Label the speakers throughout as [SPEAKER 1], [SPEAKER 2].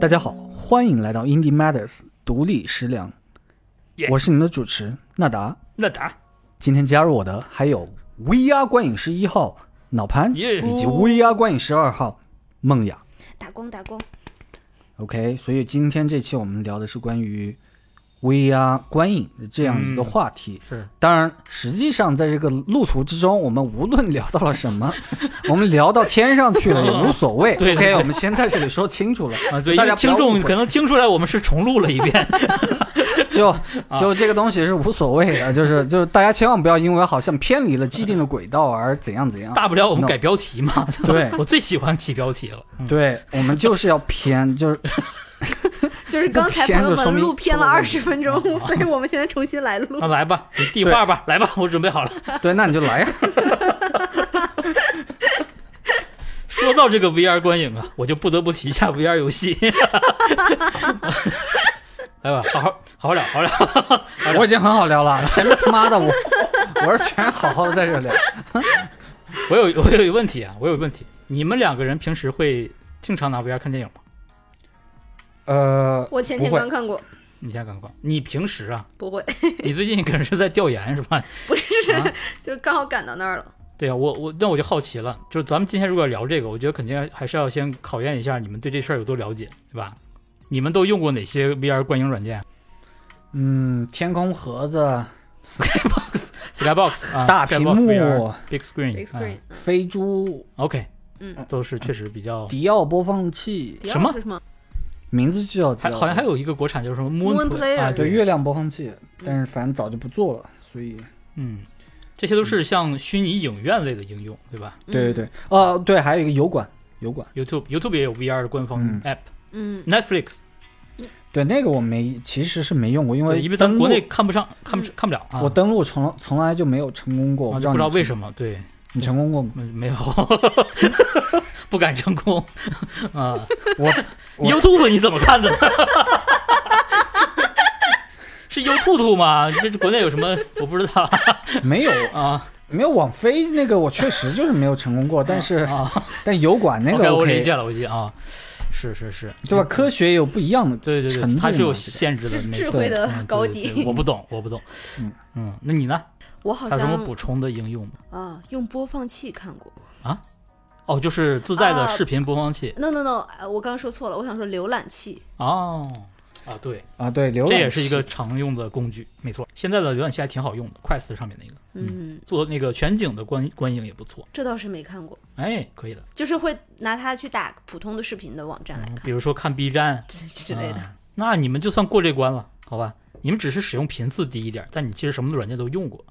[SPEAKER 1] 大家好，欢迎来到 Indie Matters 独立食粮
[SPEAKER 2] Yeah
[SPEAKER 1] 我是你们的主持纳达。
[SPEAKER 2] 那达
[SPEAKER 1] 今天加入我的还有 VR 观影师一号脑盘
[SPEAKER 2] Yeah 哦
[SPEAKER 1] 以及 VR 观影师二号梦雅。
[SPEAKER 3] 打工打工，
[SPEAKER 1] OK，所以今天这期我们聊的是关于 VR 观影的这样一
[SPEAKER 2] 嗯
[SPEAKER 1] 个话题。
[SPEAKER 2] 是
[SPEAKER 1] 当然，实际上在这个路途之中，我们无论聊到了什 么，我们聊到天上去了也无所谓。
[SPEAKER 2] 对
[SPEAKER 1] OK，
[SPEAKER 2] 对
[SPEAKER 1] 我们先在这里说清楚了，
[SPEAKER 2] 啊，对，
[SPEAKER 1] 大家
[SPEAKER 2] 因为
[SPEAKER 1] 不要
[SPEAKER 2] 听
[SPEAKER 1] 误
[SPEAKER 2] 众
[SPEAKER 1] 会
[SPEAKER 2] 可能听出来我们是重录了一 遍，
[SPEAKER 1] 就就这个东西是无所谓的，就是就是大家千万不要因为好像偏离了既定的轨道而怎样怎样。
[SPEAKER 2] 大不了我们
[SPEAKER 1] No
[SPEAKER 2] 改标题嘛。
[SPEAKER 1] 对
[SPEAKER 2] 我最喜欢起标题了。嗯
[SPEAKER 1] 对我们就是要偏，就是
[SPEAKER 3] 就是刚才
[SPEAKER 1] 偏
[SPEAKER 3] 朋友
[SPEAKER 1] 就说
[SPEAKER 3] 们
[SPEAKER 1] 明
[SPEAKER 3] 录偏了
[SPEAKER 1] 说
[SPEAKER 3] 二
[SPEAKER 1] 明
[SPEAKER 3] 十分钟，
[SPEAKER 2] 啊
[SPEAKER 3] 所以我们现在重新来录
[SPEAKER 2] 那。来吧，你递话吧，来吧，我准备好了。
[SPEAKER 1] 对，那你就来呀。
[SPEAKER 2] 说到这个 VR 观影啊，我就不得不提 一下 VR 游戏。来吧，好好好好聊，好好聊。
[SPEAKER 1] 我已经很好聊了，前面他妈的我我是全好好的在这聊。
[SPEAKER 2] 我有我有一个问题啊，我有一个问题，你们两个人平时会经常拿 VR 看电影吗？
[SPEAKER 1] 呃，
[SPEAKER 3] 我前天
[SPEAKER 1] 不会
[SPEAKER 3] 刚看过，
[SPEAKER 2] 你先看看，你平 时啊，
[SPEAKER 3] 不会，
[SPEAKER 2] 你最近可能是在调研是吧？
[SPEAKER 3] 不是，
[SPEAKER 2] 啊
[SPEAKER 3] 就是刚好赶到那儿了。
[SPEAKER 2] 对啊，我我那我就好奇了，就是咱们今天如果聊这个，我觉得肯定还是要先考验一下你们对这事儿有多了解，对吧？你们都用过哪些 VR 观影软件啊
[SPEAKER 1] 嗯，天空盒子、
[SPEAKER 2] ？Skybox 啊，
[SPEAKER 1] 大屏
[SPEAKER 2] Skybox VR
[SPEAKER 1] 幕、
[SPEAKER 2] Big Screen、啊
[SPEAKER 3] Big screen，嗯
[SPEAKER 1] 飞猪、
[SPEAKER 2] OK，
[SPEAKER 3] 嗯
[SPEAKER 2] 都是确实比较，
[SPEAKER 1] 迪奥播放器，
[SPEAKER 3] 迪
[SPEAKER 2] 什么
[SPEAKER 3] 奥是什么？
[SPEAKER 1] 名字就叫迪
[SPEAKER 2] 还
[SPEAKER 1] 奥
[SPEAKER 2] 好像还有一个国产叫什么
[SPEAKER 3] Moon
[SPEAKER 2] Play
[SPEAKER 3] Player
[SPEAKER 2] 啊，
[SPEAKER 1] 对月亮播放器，但是反正早就不做了，所以
[SPEAKER 2] 嗯，这些都是像虚拟影院类的应用，对
[SPEAKER 3] 嗯
[SPEAKER 2] 吧
[SPEAKER 1] 对对对，哦对，还有一个油管，油管，
[SPEAKER 2] ？YouTube YouTube 也有 VR 的官方
[SPEAKER 1] 嗯
[SPEAKER 2] App、
[SPEAKER 3] 嗯，
[SPEAKER 2] Netflix，
[SPEAKER 1] 对那个我没其实是没用过，因
[SPEAKER 2] 对，
[SPEAKER 1] 为
[SPEAKER 2] 因为咱
[SPEAKER 1] 登
[SPEAKER 2] 国
[SPEAKER 1] 录
[SPEAKER 2] 内看不上，看
[SPEAKER 3] 嗯
[SPEAKER 2] 不看不了啊，
[SPEAKER 1] 我登录从从来就没有成功过，我
[SPEAKER 2] 啊
[SPEAKER 1] 不知
[SPEAKER 2] 就
[SPEAKER 1] 道
[SPEAKER 2] 不知道
[SPEAKER 1] 你
[SPEAKER 2] 为什么，对，
[SPEAKER 1] 你成功过吗？
[SPEAKER 2] 没没有， 不敢成功啊。
[SPEAKER 1] 我 我
[SPEAKER 2] YouTube 你怎么看的呢？是 YouTube 吗？这这国内有什么？我不知道
[SPEAKER 1] 没有
[SPEAKER 2] 啊
[SPEAKER 1] 没有网飞那个我确实就是没有成功过，但是
[SPEAKER 2] 啊。
[SPEAKER 1] 但油管那
[SPEAKER 2] OK，
[SPEAKER 1] 个
[SPEAKER 2] 我理
[SPEAKER 1] OK
[SPEAKER 2] 解了，我嗯理解啊。是是是，
[SPEAKER 1] 对吧？科学有不一样的
[SPEAKER 2] 对对
[SPEAKER 1] 程
[SPEAKER 2] 对，
[SPEAKER 1] 度
[SPEAKER 2] 它是
[SPEAKER 1] 嘛这
[SPEAKER 2] 有
[SPEAKER 1] 个
[SPEAKER 2] 限制
[SPEAKER 3] 这
[SPEAKER 2] 的，
[SPEAKER 3] 是
[SPEAKER 2] 没
[SPEAKER 3] 智
[SPEAKER 2] 错
[SPEAKER 3] 慧的
[SPEAKER 2] 嗯对
[SPEAKER 3] 高
[SPEAKER 2] 对
[SPEAKER 3] 低
[SPEAKER 2] 对我不懂，我不懂。
[SPEAKER 1] 嗯
[SPEAKER 2] 嗯，那你呢？
[SPEAKER 3] 我好
[SPEAKER 2] 还有什么
[SPEAKER 3] 像
[SPEAKER 2] 补充的应用吗？
[SPEAKER 3] 啊用播放器看过。
[SPEAKER 2] 哦，就是自带的
[SPEAKER 3] 啊
[SPEAKER 2] 视频播放器
[SPEAKER 3] No No No，呃我刚刚说错了，我想说浏览器。
[SPEAKER 2] 哦。啊，对，
[SPEAKER 1] 啊，对，浏览
[SPEAKER 2] 这也是一
[SPEAKER 1] 器
[SPEAKER 2] 个常用的工具，没错。现在的浏览器还挺好用的，Quest 上面那个
[SPEAKER 3] 嗯，
[SPEAKER 2] 做那个全景的观观影也不错。
[SPEAKER 3] 这倒是没看过，
[SPEAKER 2] 哎，可以的。嗯
[SPEAKER 3] 就是会拿它去打普通的视频的网站来看
[SPEAKER 2] 比如说看 B 站
[SPEAKER 3] 之之类的。
[SPEAKER 2] 哦啊那你们就算过这关了，好吧？你们只是使用频次低一点，但你其实什么软件都用过。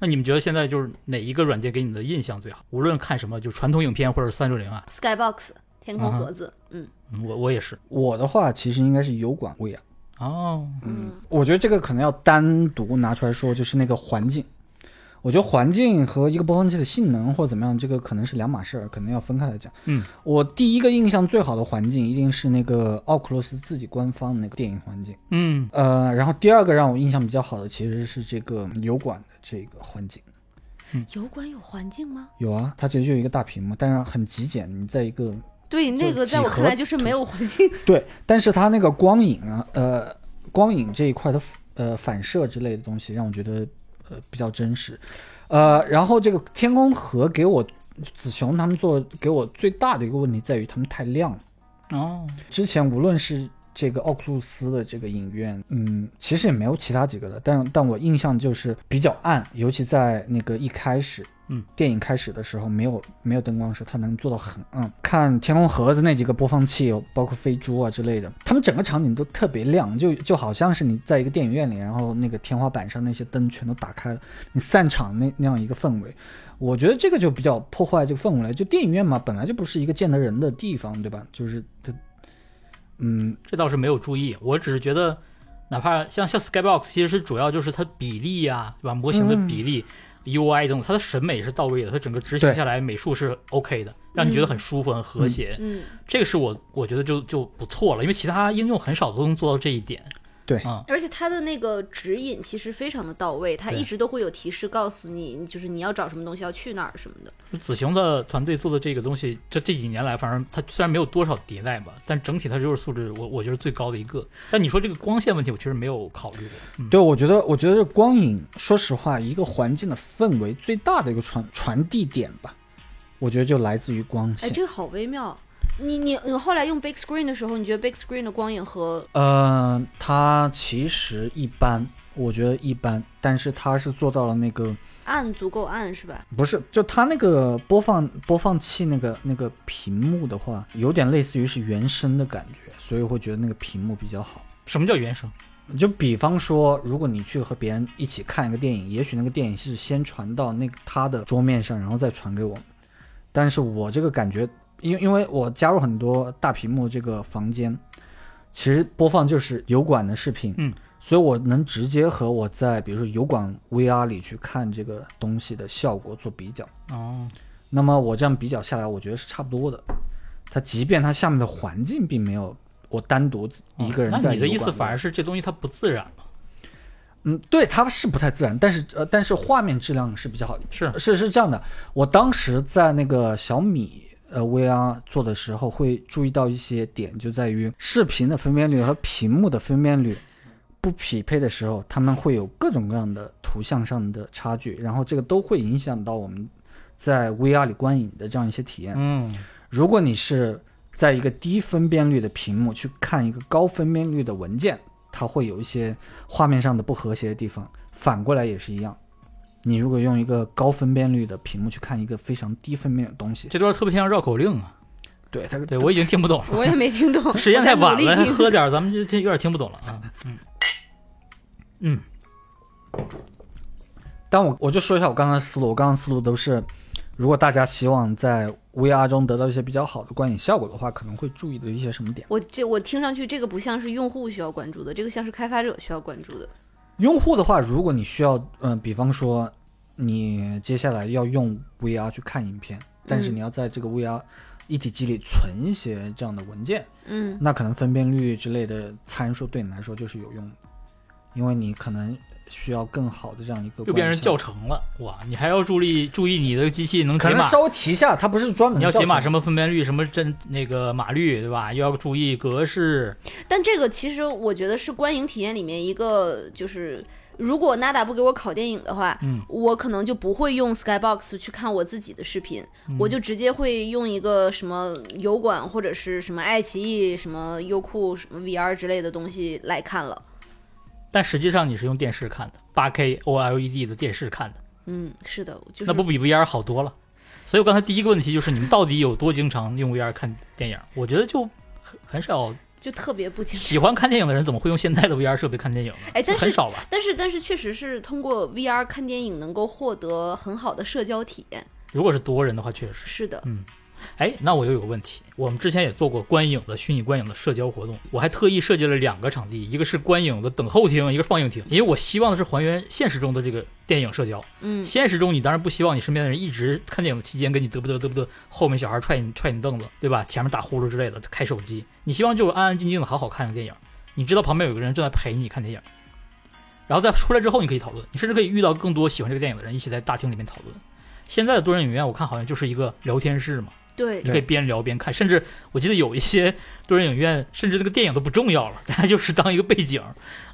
[SPEAKER 2] 那你们觉得现在就是哪一个软件给你的印象最好？无论看什么，就传统影片或者三六零啊，
[SPEAKER 3] Skybox 天
[SPEAKER 2] 啊
[SPEAKER 3] 空盒子，嗯
[SPEAKER 2] 嗯我我也是。
[SPEAKER 1] 我的话其实应该是油管 VR，
[SPEAKER 2] 哦，
[SPEAKER 3] 嗯
[SPEAKER 1] 我觉得这个可能要单独拿出来说，就是那个环境。我觉得环境和一个播放器的性能或者怎么样，这个可能是两码事儿，可能要分开来讲。
[SPEAKER 2] 嗯，
[SPEAKER 1] 我第一个印象最好的环境一定是那个奥克洛斯自己官方的那个电影环境。
[SPEAKER 2] 嗯，
[SPEAKER 1] 呃，然后第二个让我印象比较好的其实是这个油管的这个环境。
[SPEAKER 2] 嗯
[SPEAKER 3] 油管有环境吗？
[SPEAKER 1] 有啊，它其实就有一个大屏幕，但是很极简。你在一个
[SPEAKER 3] 对，那个
[SPEAKER 1] 几
[SPEAKER 3] 在我
[SPEAKER 1] 何
[SPEAKER 3] 看来就是没有 环境。嗯
[SPEAKER 1] 对，但是它那个光影啊，呃，光影这一块的呃反射之类的东西，让我觉得呃比较真实。呃，然后这个天空河给我子雄他们做给我最大的一个问题在于他们太亮了。
[SPEAKER 2] 哦，
[SPEAKER 1] 之前无论是这个奥克鲁斯的这个影院，嗯，其实也没有其他几个的，但但我印象就是比较暗，尤其在那个一开始，
[SPEAKER 2] 嗯，
[SPEAKER 1] 电影开始的时候没有没有灯光的时，候，它能做到很暗。看天空盒子那几个播放器，包括飞猪啊之类的，他们整个场景都特别亮，就就好像是你在一个电影院里，然后那个天花板上那些灯全都打开了，你散场那那样一个氛围。我觉得这个就比较破坏这个氛围了。就电影院嘛，本来就不是一个见得人的地方，对吧？就是它嗯，
[SPEAKER 2] 这倒是没有注意，我只是觉得，哪怕像像 Skybox，其实是主要就是它比例呀、对吧？模型的比例、UI 等等，它的审美是到位的，它整个执行
[SPEAKER 1] 嗯对
[SPEAKER 2] 下来美术是 OK 的，让你觉得很舒服、很和谐。
[SPEAKER 3] 嗯，
[SPEAKER 2] 这个是我我觉得就就不错了，因为其他应用很少都能做到这一点。
[SPEAKER 1] 对
[SPEAKER 2] 啊，
[SPEAKER 3] 而且它的那个指引其实非常的到位，它
[SPEAKER 2] 对
[SPEAKER 3] 一直都会有提示告诉你，就是你要找什么东西，要去哪儿什么的。
[SPEAKER 2] 子雄的团队做的这个东西，这这几年来，反正它虽然没有多少迭代吧，但整体它就是素质，我我觉得最高的一个。但你说这个光线问题，我确实没有考虑过。嗯，
[SPEAKER 1] 对，我觉得，我觉得光影，说实话，一个环境的氛围最大的一个传传递点吧，我觉得就来自于光
[SPEAKER 3] 哎，
[SPEAKER 1] 线。
[SPEAKER 3] 这个好微妙。你你你后来用 big screen 的时候，你觉得 big screen 的光影和
[SPEAKER 1] 呃，它其实一般，我觉得一般，但是它是做到了那个
[SPEAKER 3] 暗足够暗是吧？
[SPEAKER 1] 不是，就它那个播放播放器那个那个屏幕的话，有点类似于是原声的感觉，所以会觉得那个屏幕比较好。
[SPEAKER 2] 什么叫原声？
[SPEAKER 1] 就比方说，如果你去和别人一起看一个电影，也许那个电影是先传到那个他的桌面上，然后再传给我们。但是我这个感觉，因为因为我加入很多大屏幕这个房间，其实播放就是油管的视频，
[SPEAKER 2] 嗯，
[SPEAKER 1] 所以我能直接和我在比如说油管 VR 里去看这个东西的效果做比较。
[SPEAKER 2] 哦，
[SPEAKER 1] 那么我这样比较下来，我觉得是差不多的。它即便它下面的环境并没有我单独一个人在、
[SPEAKER 2] 哦嗯那你的意思反而是这东西它不自然嘛？
[SPEAKER 1] 嗯，对，它是不太自然，但是呃，但是画面质量是比较好。
[SPEAKER 2] 是
[SPEAKER 1] 是是这样的，我当时在那个小米呃 VR 做的时候，会注意到一些点，就在于视频的分辨率和屏幕的分辨率不匹配的时候，他们会有各种各样的图像上的差距，然后这个都会影响到我们在 VR 里观影的这样一些体验。
[SPEAKER 2] 嗯，
[SPEAKER 1] 如果你是在一个低分辨率的屏幕去看一个高分辨率的文件，它会有一些画面上的不和谐的地方。反过来也是一样，你如果用一个高分辨率的屏幕去看一个非常低分辨率的东西，
[SPEAKER 2] 这段特别像绕口令啊。
[SPEAKER 1] 对它
[SPEAKER 2] 对我已经听不 懂了，
[SPEAKER 3] 我也没听 懂，
[SPEAKER 2] 时间太晚了，
[SPEAKER 3] 我在努
[SPEAKER 2] 还
[SPEAKER 3] 力听
[SPEAKER 2] 喝点儿，咱们这这有点听不懂了 啊。
[SPEAKER 1] 但我我就说一下我刚刚的思路，我刚刚思路都是，如果大家希望在 VR 中得到一些比较好的观影效果的话，可能会注意的一些什么点？
[SPEAKER 3] 我这我听上去这个不像是用户需要关注的，这个像是开发者需要关注的。
[SPEAKER 1] 用户的话，如果你需要，嗯、比方说你接下来要用 VR 去看影片，但是
[SPEAKER 3] 嗯
[SPEAKER 1] 你要在这个 VR 一体机里存一些这样的文件，
[SPEAKER 3] 嗯，
[SPEAKER 1] 那可能分辨率之类的参数对你来说就是有用的，因为你可能需要更好的这样一个
[SPEAKER 2] 又变成
[SPEAKER 1] 观
[SPEAKER 2] 教
[SPEAKER 1] 影效
[SPEAKER 2] 程了，哇！你还要注意注意你的机器能
[SPEAKER 1] 果，可
[SPEAKER 2] 解
[SPEAKER 1] 能
[SPEAKER 2] 码，
[SPEAKER 1] 稍微提一下，它不是专门
[SPEAKER 2] 你要解码什
[SPEAKER 1] 么？
[SPEAKER 2] 么分辨率、什么帧那个码率，对吧？又要注意格式，
[SPEAKER 3] 但这个其实我觉得是观影体验里面一个，就是如果 Nada 不给我拷电影的话，
[SPEAKER 2] 嗯
[SPEAKER 3] 我可能就不会用 Skybox 去看我自己的视频，
[SPEAKER 2] 嗯
[SPEAKER 3] 我就直接会用一个什么油管或者是什么爱奇艺、什么优酷、什么 VR 之类的东西来看了。
[SPEAKER 2] 但实际上你是用电视看的，8 K OLED 的电视看的，
[SPEAKER 3] 嗯，是的，就是
[SPEAKER 2] 那不比 VR 好多了。所以我刚才第一个问题就是你们到底有多经常用 VR 看电影？我觉得就很很少，
[SPEAKER 3] 就特别不清楚。
[SPEAKER 2] 喜欢看电影的人怎么会用现在的 VR 设备看电影呢？
[SPEAKER 3] 哎但是
[SPEAKER 2] 很少吧。
[SPEAKER 3] 但是，但是确实是通过 VR 看电影能够获得很好的社交体验。
[SPEAKER 2] 如果是多人的话，确实是。
[SPEAKER 3] 是的，
[SPEAKER 2] 哎，那我又有个问题，我们之前也做过观影的虚拟观影的社交活动，我还特意设计了两个场地，一个是观影的等候厅，一个是放映厅，因为我希望的是还原现实中的这个电影社交。
[SPEAKER 3] 嗯，
[SPEAKER 2] 现实中你当然不希望你身边的人一直看电影期间跟你嘚不嘚嘚不嘚，后面小孩踹你踹你凳子，对吧？前面打呼噜之类的，开手机，你希望就安安静静的好好看个电影。你知道旁边有个人正在陪你看电影，然后在出来之后你可以讨论，你甚至可以遇到更多喜欢这个电影的人，一起在大厅里面讨论。现在的多人影院我看好像就是一个聊天室嘛，
[SPEAKER 3] 对
[SPEAKER 2] 你，可以边聊边看，甚至我记得有一些多人影院，甚至这个电影都不重要了，大家就是当一个背景。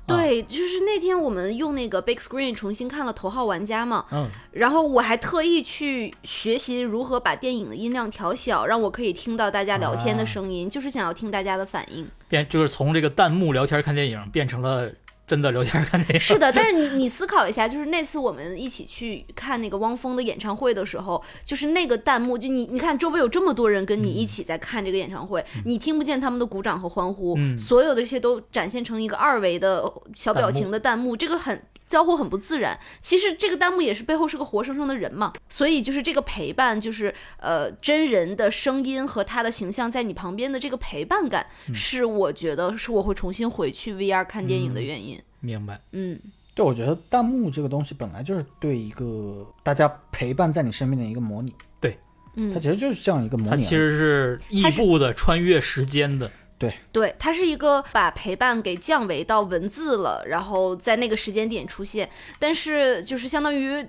[SPEAKER 3] 对，就是那天我们用那个 Big Screen 重新看了《头号玩家》嘛，
[SPEAKER 2] 嗯，
[SPEAKER 3] 然后我还特意去学习如何把电影的音量调小，让我可以听到大家聊天的声音，就是想要听大家的反应。
[SPEAKER 2] 变就是从这个弹幕聊天看电影变成了真的聊天看电影。
[SPEAKER 3] 是 的，但是你你思考一下，就是那次我们一起去看那个汪峰的演唱会的时候，就是那个弹幕，就你你看周围有这么多人跟你一起在看这个演唱会，你听不见他们的鼓掌和欢呼，
[SPEAKER 2] 嗯
[SPEAKER 3] 所有的这些都展现成一个二维的小表情的弹幕，这个很。交互很不自然，其实这个弹幕也是背后是个活生生的人嘛，所以就是这个陪伴，就是呃真人的声音和他的形象在你旁边的这个陪伴感，是我觉得是我会重新回去 VR 看电影的原因。
[SPEAKER 2] 明白。
[SPEAKER 3] 嗯
[SPEAKER 1] 对，我觉得弹幕这个东西本来就是对一个大家陪伴在你身边的一个模拟，
[SPEAKER 2] 对，
[SPEAKER 3] 嗯
[SPEAKER 1] 它其实就是这样一个模拟啊
[SPEAKER 2] 它
[SPEAKER 1] 而已。
[SPEAKER 2] 其实是异步的穿越时间的，
[SPEAKER 1] 对
[SPEAKER 3] 对，它是一个把陪伴给降维到文字了，然后在那个时间点出现，但是就是相当于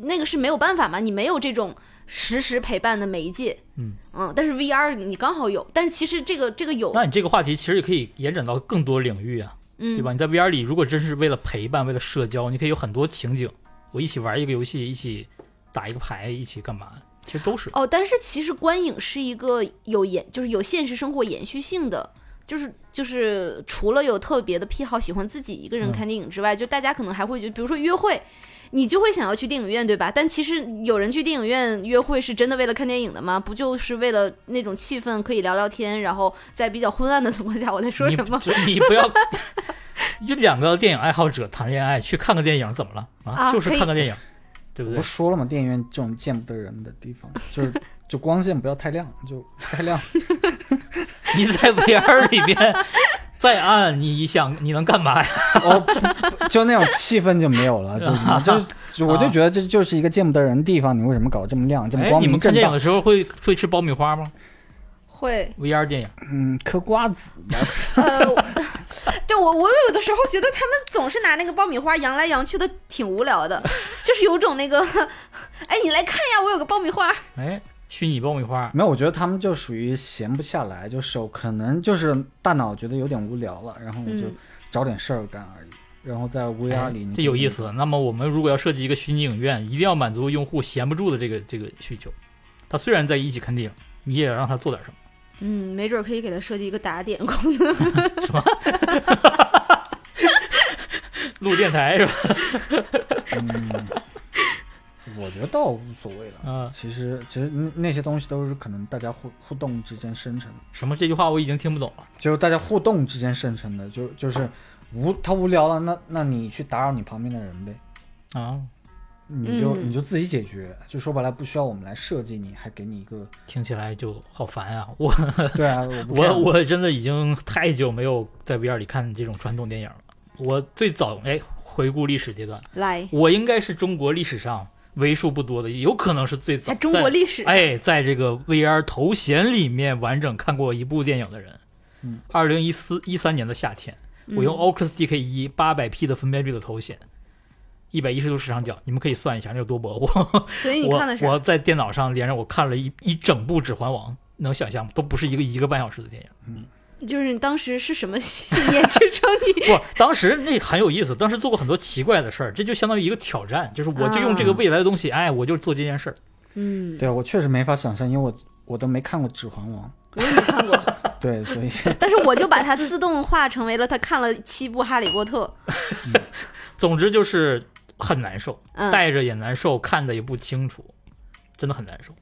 [SPEAKER 3] 那个是没有办法嘛，你没有这种实时陪伴的媒介，
[SPEAKER 2] 嗯
[SPEAKER 3] 但是 VR 你刚好有，但是其实这个这个有，
[SPEAKER 2] 那你这个话题其实也可以延展到更多领域啊，
[SPEAKER 3] 嗯，
[SPEAKER 2] 对吧？你在 VR 里，如果真是为了陪伴、为了社交，你可以有很多情景，我一起玩一个游戏，一起打一个牌，一起干嘛，其实都是。
[SPEAKER 3] 哦，但是其实观影是一个有延，就是有现实生活延续性的，就是就是除了有特别的癖好喜欢自己一个人
[SPEAKER 2] 嗯
[SPEAKER 3] 看电影之外，就大家可能还会觉得，比如说约会。你就会想要去电影院，对吧？但其实有人去电影院约会是真的为了看电影的吗？不就是为了那种气氛，可以聊聊天，然后在比较昏暗的 情况下，我在说
[SPEAKER 2] 你
[SPEAKER 3] 什么？
[SPEAKER 2] 这你不要， 就两个电影爱好者谈恋爱，去看个电影怎么了啊？
[SPEAKER 3] 啊
[SPEAKER 2] 就是
[SPEAKER 3] 可以
[SPEAKER 2] 看个电影，对不
[SPEAKER 1] 我
[SPEAKER 2] 对
[SPEAKER 1] 不？说了吗？电影院这种见不得人的地 方，就是就光线不要太亮，就太亮。
[SPEAKER 2] 你在 VR 里边再按，你想你能干嘛呀？
[SPEAKER 1] 哦，不就那种气氛就没有 了，就就就我就觉得这就是一个见不得人的地方，你为什么搞这么亮，这么
[SPEAKER 2] 啊哎，
[SPEAKER 1] 光
[SPEAKER 2] 你
[SPEAKER 1] 明
[SPEAKER 2] 们看
[SPEAKER 1] 正
[SPEAKER 2] 电影
[SPEAKER 1] 大？
[SPEAKER 2] 的时候会会吃爆米花吗
[SPEAKER 3] 会，
[SPEAKER 2] ？VR 电影，
[SPEAKER 1] 嗯，嗑瓜子 吧，
[SPEAKER 3] 呃，我对我我有的时候觉得他们总是拿那个爆米花扬来扬去的，挺无聊的， 就是有种那个， 哎，你来看呀，我有个爆米花，
[SPEAKER 2] 哎，虚拟爆米花，
[SPEAKER 1] 没有，我觉得他们就属于闲不下来，就手可能就是大脑觉得有点无聊了，然后我就
[SPEAKER 3] 嗯
[SPEAKER 1] 找点事儿干而已。然后在 VR
[SPEAKER 2] 哎
[SPEAKER 1] 里，
[SPEAKER 2] 这有意。思。那么我们如果要设计一个虚拟影院，一定要满足用户闲不住的这个这个需求。他虽然在一起看电影，你也要让他做点什么。
[SPEAKER 3] 嗯，没准儿可以给他设计一个打点功能。
[SPEAKER 2] 录电台是吧？
[SPEAKER 1] 嗯， 我觉得倒无所谓了。
[SPEAKER 2] 嗯，
[SPEAKER 1] 其实其实那那些东西都是可能大家互互动之间生成的，
[SPEAKER 2] 什么这句话我已经听不懂了。
[SPEAKER 1] 就是大家互动之间生成的，就就是无他无聊了，那那你去打扰你旁边的人呗，
[SPEAKER 2] 啊，
[SPEAKER 1] 你就、
[SPEAKER 3] 嗯
[SPEAKER 1] 你就自己解决，就说白了不需要我们来设计你，还给你一 个，
[SPEAKER 2] 听起来就好烦啊！我
[SPEAKER 1] 对啊，我不
[SPEAKER 2] 我
[SPEAKER 1] care
[SPEAKER 2] 我真的已经太久没有在 VR 里看这种传统电影了。我最早哎，回顾历史阶段，
[SPEAKER 3] 来，
[SPEAKER 2] 我应该是中国历史上为数不多的，有可能是最早
[SPEAKER 3] 在中国历史，
[SPEAKER 2] 哎，在这个 VR 头衔里面完整看过一部电影的人。
[SPEAKER 1] 嗯，
[SPEAKER 2] 二零一四一三年的夏天，
[SPEAKER 3] 嗯
[SPEAKER 2] 我用 Oculus DK 一八百 P 的分辨率的头显，一百一十度视场角，你们可以算一下那有多模 糊。
[SPEAKER 3] 所以你看的
[SPEAKER 2] 我
[SPEAKER 3] 啥？
[SPEAKER 2] 我在电脑上连着我看了一一整部《指环王》，能想象吗？都不是一个一个半小时的电影。
[SPEAKER 3] 就是你当时是什么信念支撑 你？
[SPEAKER 2] 不，当时那很有意思，当时做过很多奇怪的事儿，这就相当于一个挑战，就是我就用
[SPEAKER 3] 啊
[SPEAKER 2] 这个未来的东西，哎，我就做这件事儿。
[SPEAKER 3] 嗯，
[SPEAKER 1] 对啊，我确实没法想象，因为我我都没看过《指环王
[SPEAKER 3] 我也没 看过，》，
[SPEAKER 1] 对，所以
[SPEAKER 3] 但是我就把它自动化成为了他看了七部《哈利波特》。
[SPEAKER 2] 总之就是很难受，
[SPEAKER 3] 嗯，
[SPEAKER 2] 戴着也难受，看的也不清楚，真的很难受。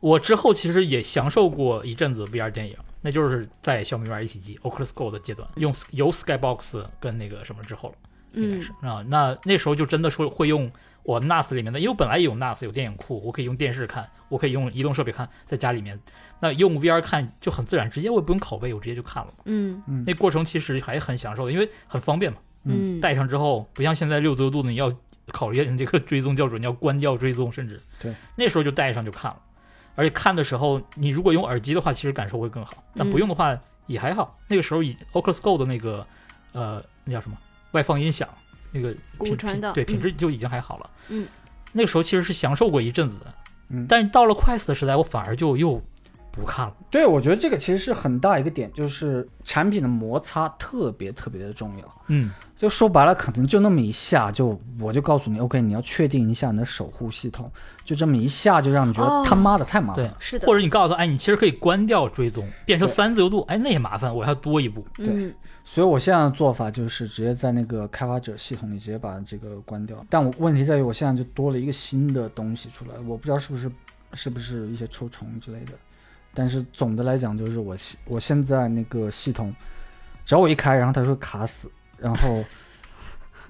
[SPEAKER 2] 我之后其实也享受过一阵子 VR 电影，那就是在小米 VR 一体机 Oculus Go 的阶段，用由 Skybox 跟那个什么之后了，应该
[SPEAKER 3] 嗯
[SPEAKER 2] 是啊。那那时候就真的说会用我 NAS 里面的，因为我本来也有 NAS 有电影库，我可以用电视看，我可以用移动设备看，在家里面那用 VR 看就很自然，直接我也不用拷贝，我直接就看了。
[SPEAKER 3] 嗯
[SPEAKER 1] 嗯
[SPEAKER 2] 那过程其实还很享受的，因为很方便嘛。
[SPEAKER 3] 嗯，
[SPEAKER 2] 戴上之后，不像现在六自由度呢，你要考虑你这个追踪校准，你要关掉追踪，甚至
[SPEAKER 1] 对
[SPEAKER 2] 那时候就戴上就看了。而且看的时候，你如果用耳机的话，其实感受会更
[SPEAKER 3] 嗯
[SPEAKER 2] 好；但不用的话也还好。那个时候以 Oculus Go 的那个呃，那叫什么外放音响，那个
[SPEAKER 3] 骨
[SPEAKER 2] 品
[SPEAKER 3] 传
[SPEAKER 2] 品
[SPEAKER 3] 导
[SPEAKER 2] 对
[SPEAKER 3] 嗯
[SPEAKER 2] 品质就已经还好了。
[SPEAKER 3] 嗯，
[SPEAKER 2] 那个时候其实是享受过一阵子的，
[SPEAKER 1] 嗯，
[SPEAKER 2] 但是到了 Quest 的时代，我反而就又不看了。
[SPEAKER 1] 对我觉得这个其实是很大一个点，就是产品的摩擦特别特别的重要。
[SPEAKER 2] 嗯，
[SPEAKER 1] 就说白了，可能就那么一下，就我就告诉你，OK，你要确定一下你的守护系统，就这么一下就让你觉
[SPEAKER 3] 哦
[SPEAKER 1] 得他妈的太麻烦。
[SPEAKER 2] 对
[SPEAKER 1] 了。
[SPEAKER 3] 是的
[SPEAKER 2] 或，者你告诉他，哎，你其实可以关掉追踪，变成
[SPEAKER 1] 对
[SPEAKER 2] 三自由度，哎，那也麻烦，我还要多一步。
[SPEAKER 3] 嗯
[SPEAKER 1] 所以我现在的做法就是直接在那个开发者系统里直接把这个关掉。但我问题在于，我现在就多了一个新的东西出来，我不知道是不是是不是一些抽虫之类的。但是总的来讲，就是我系我现在那个系统，只要我一开，然后它就会卡死，然后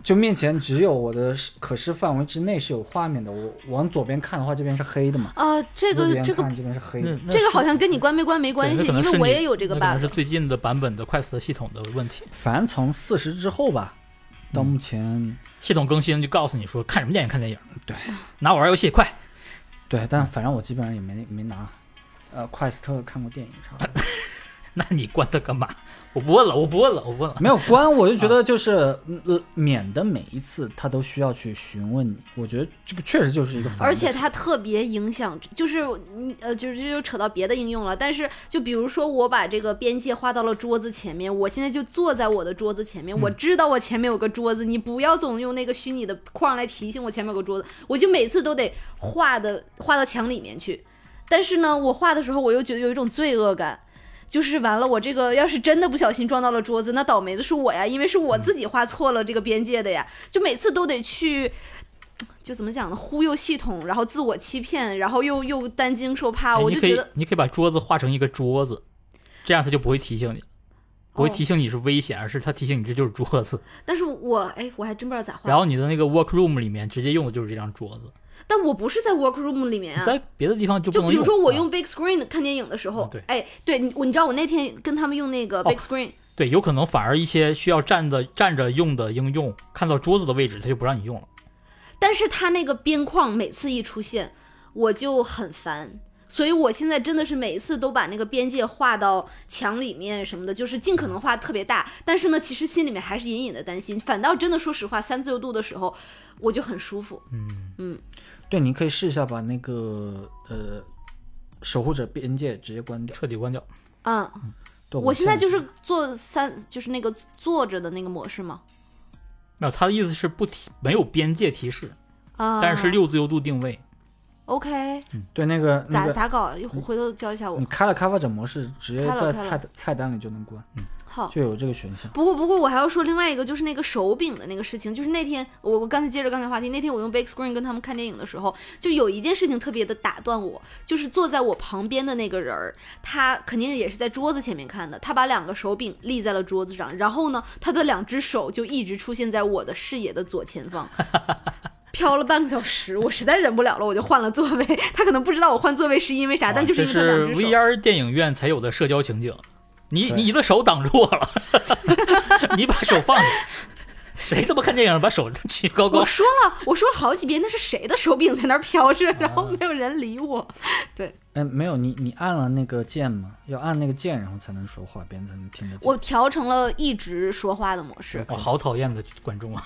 [SPEAKER 1] 就面前只有我的视可视范围之内是有画面的。我往左边看的话，这边是黑的嘛。
[SPEAKER 3] 啊，这
[SPEAKER 1] 右
[SPEAKER 3] 个
[SPEAKER 1] 边
[SPEAKER 3] 这个
[SPEAKER 1] 看这边是黑的
[SPEAKER 2] 那。那
[SPEAKER 3] 这个
[SPEAKER 2] 是
[SPEAKER 3] 好像跟你关没关没关系，
[SPEAKER 2] 对那可能
[SPEAKER 3] 因
[SPEAKER 2] 是
[SPEAKER 3] 为
[SPEAKER 2] 你
[SPEAKER 3] 我也有这个
[SPEAKER 2] 那可能
[SPEAKER 3] bug
[SPEAKER 2] 是。最近的版本的快死的系统的问题，
[SPEAKER 1] 反正从四十之后吧，到目前。
[SPEAKER 2] 系统更新就告诉你说看什么电影看电影，
[SPEAKER 1] 对，
[SPEAKER 2] 拿我玩游戏快，
[SPEAKER 1] 对，但反正我基本上也没没拿，呃，快斯特看过电影啥的。
[SPEAKER 2] 那你关它干嘛？我不问了，我不问了，我不
[SPEAKER 3] 啊
[SPEAKER 2] 问了。
[SPEAKER 1] 没有关，我就觉得就是呃，免得每一次他都需要去询问你。我觉得这个确实就是一个烦的事，
[SPEAKER 3] 而且它特别影响，就是嗯呃，就是这就扯到别的应用了。但是就比如说，我把这个边界画到了桌子前面，我现在就坐在我的桌子前面，
[SPEAKER 2] 嗯
[SPEAKER 3] 我知道我前面有个桌子，你不要总用那个虚拟的框来提醒我前面有个桌子，我就每次都得画的画到墙里面去。但是呢，我画的时候我又觉得有一种罪恶感。就是完了，我这个要是真的不小心撞到了桌子，那倒霉的是我呀，因为是我自己画错了这个边界的呀，就每次都得去。就怎么讲呢？忽悠系统，然后自我欺骗，然后又又担惊受怕，
[SPEAKER 2] 哎
[SPEAKER 3] 我
[SPEAKER 2] 你
[SPEAKER 3] 就
[SPEAKER 2] 可
[SPEAKER 3] 觉
[SPEAKER 2] 以
[SPEAKER 3] 得，
[SPEAKER 2] 你可以把桌子画成一个桌子，这样它就不会提醒你，不会
[SPEAKER 3] 哦
[SPEAKER 2] 提醒你是危险，而是它提醒你这就是桌子。
[SPEAKER 3] 但是我哎，我还真不知道咋画。
[SPEAKER 2] 然后你的那个 workroom 里面直接用的就是这张桌子，
[SPEAKER 3] 但我不是在 workroom 里面
[SPEAKER 2] 你
[SPEAKER 3] 啊，
[SPEAKER 2] 在别的地方就不
[SPEAKER 3] 就
[SPEAKER 2] 能
[SPEAKER 3] 比如说我
[SPEAKER 2] 啊
[SPEAKER 3] 用 big screen 看电影的时候，
[SPEAKER 2] 嗯对哦
[SPEAKER 3] 哎，对你我你知道我那天跟他们用那个 big screen，、
[SPEAKER 2] 对，有可能反而一些需要站着站着用的应用，看到桌子的位置它就不让你用了。
[SPEAKER 3] 但是它那个边框每次一出现，我就很烦。所以我现在真的是每一次都把那个边界画到墙里面什么的，就是尽可能画特别大。但是呢，其实心里面还是隐隐的担心。反倒真的说实话，三自由度的时候，我就很舒服。
[SPEAKER 1] 对，你可以试一下把那个呃守护者边界直接关掉。
[SPEAKER 2] 彻底关掉，
[SPEAKER 3] 嗯，
[SPEAKER 1] 对，
[SPEAKER 3] 我现在就是是做三，就是那个坐着的那个模式嘛。
[SPEAKER 2] 没有，他的意思是不提没有边界提示，
[SPEAKER 3] 啊，
[SPEAKER 2] 但是是六自由度定位，
[SPEAKER 3] OK，
[SPEAKER 1] 对那个那
[SPEAKER 3] 咋
[SPEAKER 1] 个，嗯
[SPEAKER 3] 咋搞？一会回头教一下我
[SPEAKER 1] 你。开了开发者模式，直接
[SPEAKER 3] 开
[SPEAKER 1] 在
[SPEAKER 3] 了开了
[SPEAKER 1] 菜单菜单里就能关，
[SPEAKER 3] 好，
[SPEAKER 1] 就有这个选项。
[SPEAKER 3] 不过，不过我还要说另外一个，就是那个手柄的那个事情。就是那天我我刚才接着刚才话题，那天我用 Big Screen 跟他们看电影的时候，就有一件事情特别的打断我，就是坐在我旁边的那个人儿，他肯定也是在桌子前面看的，他把两个手柄立在了桌子上，然后呢，他的两只手就一直出现在我的视野的左前方。飘了半个小时，我实在忍不了了，我就换了座位。 他可能不知道我换座位是因为啊啥，但就是
[SPEAKER 2] 啊这
[SPEAKER 3] 因为他
[SPEAKER 2] 是
[SPEAKER 3] 两只手。
[SPEAKER 2] VR 电影院才有的社交情景。你
[SPEAKER 1] 对
[SPEAKER 2] 你的手挡住我了， 你把手放下。 谁他妈看电影把手举高高
[SPEAKER 3] 我？说了，我说了好几遍，那是谁的手柄在那儿飘着，然后没有人理我。
[SPEAKER 1] 哎，没有你你按了那个键吗？要按那个键，然后才能说话，别人才能听得见。
[SPEAKER 3] 我调成了一直说话的模式，
[SPEAKER 2] 我好讨厌的观众 啊！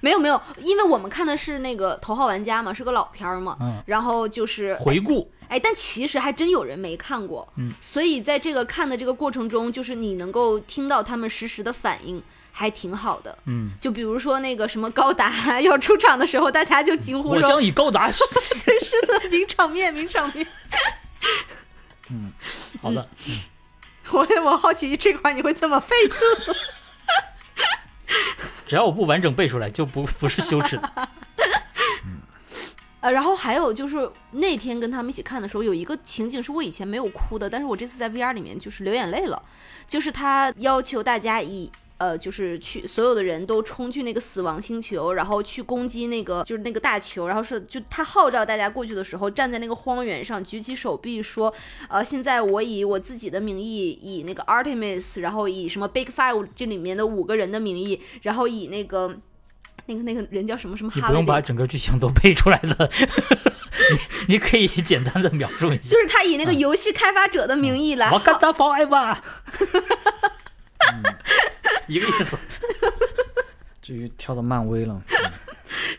[SPEAKER 3] 没有没有，因为我们看的是那个《头号玩家》嘛，是个老片儿嘛，
[SPEAKER 2] 嗯
[SPEAKER 3] 然后就是
[SPEAKER 2] 回 顾
[SPEAKER 3] 哎，但其实还真有人没看过，
[SPEAKER 2] 嗯
[SPEAKER 3] 所以在这个看的这个过程中，就是你能够听到他们实时的反应，还挺好的。
[SPEAKER 2] 嗯，
[SPEAKER 3] 就比如说那个什么高达要出场的时候，大家就惊呼
[SPEAKER 2] 我
[SPEAKER 3] 说
[SPEAKER 2] 将以高 达。：“
[SPEAKER 3] 真是的，名场面，名场面。
[SPEAKER 2] 好的，
[SPEAKER 3] 我”我好奇这块你会怎么背诵。
[SPEAKER 2] 只要我不完整背出来，就不不是羞耻 的。
[SPEAKER 3] 呃，然后还有就是那天跟他们一起看的时候，有一个情景是我以前没有哭的，但是我这次在 VR 里面就是流眼泪了，就是他要求大家以。呃，就是去所有的人都冲去那个死亡星球，然后去攻击那个就是那个大球，然后是就他号召大家过去的时候，站在那个荒原上，举起手臂说，呃，现在我以我自己的名义，以那个 Artemis，然后以什么 Big Five 这里面的五个人的名义，然后以那个那个那个人叫什么什么
[SPEAKER 2] 你
[SPEAKER 3] 哈
[SPEAKER 2] 不
[SPEAKER 3] 雷
[SPEAKER 2] 用把整个剧情都背出来的， 你你可以简单的描述一下。
[SPEAKER 3] 就是他以那个游戏开发者的名义来
[SPEAKER 2] 我
[SPEAKER 3] 号
[SPEAKER 2] 干他 forever，一嗯个意思。
[SPEAKER 1] 至于跳到漫威 了，嗯